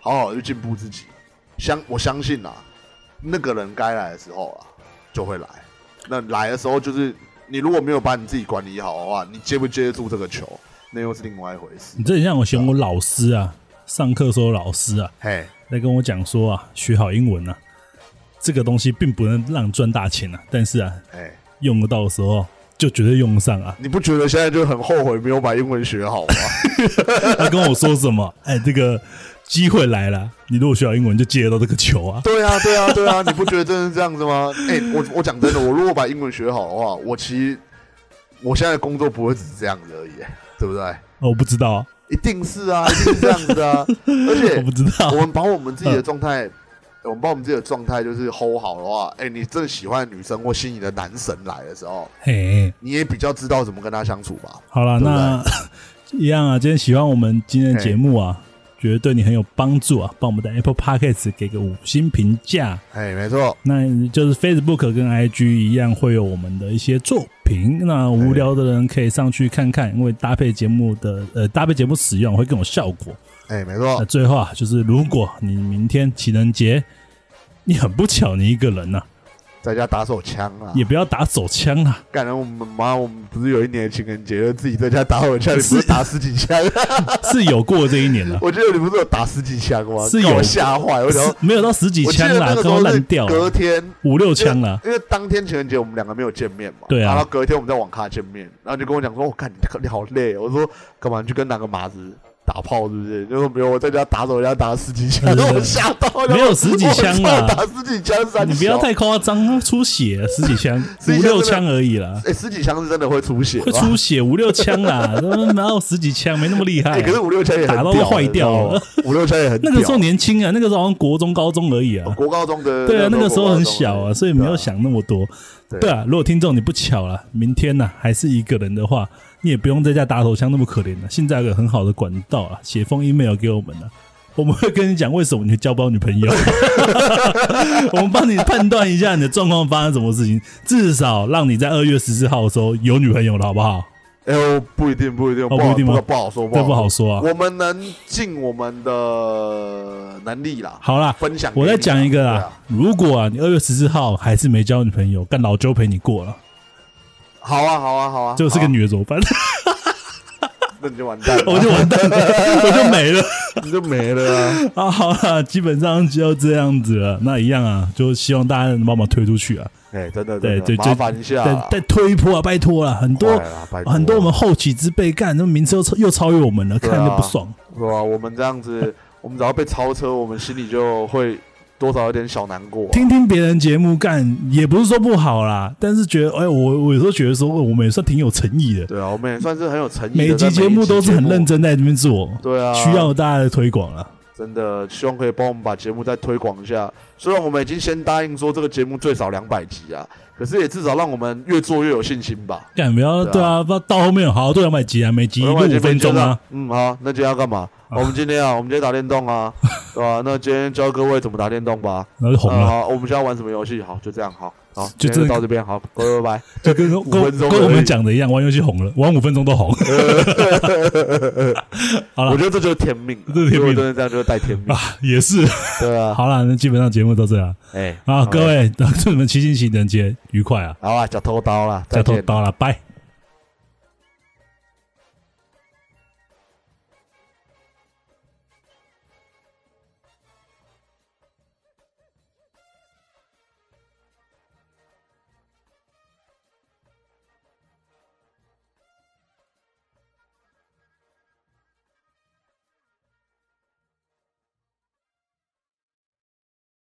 好好的去进步自己。相我相信啊，那个人该来的时候啊，就会来。那来的时候，就是你如果没有把你自己管理好的话，你接不接得住这个球，那又是另外一回事你。这很像我嫌我老师啊，上课时候老师啊，嘿，在跟我讲说啊，学好英文啊，这个东西并不能让你赚大钱啊，但是啊，哎，用得到的时候就绝对用得上啊。你不觉得现在就很后悔没有把英文学好吗？他跟我说什么？ 哎，这个机会来了，你如果学好英文就接得到这个球啊。对啊，对啊，对啊，你不觉得真的是这样 子吗？哎、我我讲真的，我如果把英文学好的话，我其实我现在的工作不会只是这样子而已，对不对？哦我不知道啊，一定是啊，一定是这样子的 啊。而我且不知道啊嗯我。们把我们自己的状态，我们把我们自己的状态就是 hold 好的话，哎、你真的喜欢的女生或心仪的男神来的时候，嘿，你也比较知道怎么跟他相处吧？好了，对不那 一样啊。今天喜欢我们今天的节目啊，觉得对你很有帮助啊，帮我们的 Apple Podcast 给个五星评价。哎、没错，那就是 Facebook 跟 IG 一样会有我们的一些作品，那无聊的人可以上去看看，因为搭配节目的呃搭配节目使用会更有效果。哎、没那错，最后啊，就是如果你明天情人节你很不巧你一个人呐、啊啊在家打手枪啊，也不要打手枪啊，干了我们妈，我们不是有一年情人节自己在家打手枪，你不是打十几枪？是有过这一年了、我记得你不是有打十几枪吗？是有给我吓坏， 我想是说，没有到十几我记枪得啦，那快个时要候是烂掉隔了，天五六枪啦。因为当天情人节我们两个没有见面嘛，对啊然后隔天我们在网咖见面，然后就跟我讲说，我看你你好累，哦我说干嘛你去跟哪个麻子打炮是不是？就说没有，我在家打手枪打十几枪，对对对我吓到，没有十几枪啦我操打十几枪三你小，不要太夸张啊，出血了十几枪， 十五几枪真的六枪而已啦，哎，十几枪是真的会出血吧，会出血啊五六枪啦， 哪有十几枪，没那么厉害啊、哎，可是五六枪也很打到屌坏掉，你了知道吗五六枪也很屌 那个时候年轻啊，那个时候好像国中、高中而已啊。国高中的对啊，那那个时候很国高中小啊，所以没有想那么多。对啊对啊，如果听众你不巧了，明天呢、还是一个人的话，你也不用在家打手枪那么可怜了、现在有个很好的管道啊，写封 email 给我们啊，我们会跟你讲为什么你交不到女朋 友， 我们帮你判断一下你的状况发生什么事情，至少让你在二月十四号的时候有女朋友了，好不好？哎呦，不一定，不一定，不哦不一定吗好不好说，这好不好说啊。我们能尽我们的能力啦，好啦，分享给你我啦。再讲一个对啦啊，，如果啊你二月十四号还是没交女朋友，干老周陪你过了，好啊，好啊啊，好啊，就是个女的怎么办？好啊，那你就完蛋了， 我就完蛋了，我就没了。你就没了啊。啊，好了，基本上就这样子了。那一样啊，就希望大家能帮忙推出去啊，哎，真的，对真对的对麻烦一下再啊，再推一波啊，拜托了，很多快啦拜托很多我们后起之辈干，那名次又超又超越我们了，看对啊着不爽。是吧？我们这样子，我们只要被超车，我们心里就会多少有点小难过、啊听听别人节目干也不是说不好啦，但是觉得哎，我我有时候觉得说我们也算挺有诚意的，对啊，我们也算是很有诚意的，每在集每节一目都是节很目认。真在那边做，对啊，需要大家的推广了。真的希望可以帮我们把节目再推广一下。虽然我们已经先答应说这个节目最少两百集啊，可是也至少让我们越做越有信心吧。干不要对啊对啊，不知道到后面有好好做两百集啊，每集录我五分钟啊。。嗯，好，那今天要干嘛？我们今天啊，我们今天打电动啊， 对吧、那今天教各位怎么打电动吧。然后就红嗯，了，好，我们现在玩什么游戏？好，就这样，好，好，就今这天个就到这边，好，拜拜拜。就跟跟分钟跟我而们已讲的一样，玩游戏红了，玩五分钟都 红。好啦我觉得这就是天命 啊，这是天命如果真的这样就是带 天命，啊，也是。对啊。好啦，那基本上节目都这样哎，啊，好各位，祝你们七夕情人节愉快啊！好啊，脚偷刀啦，再再偷见。刀了，拜。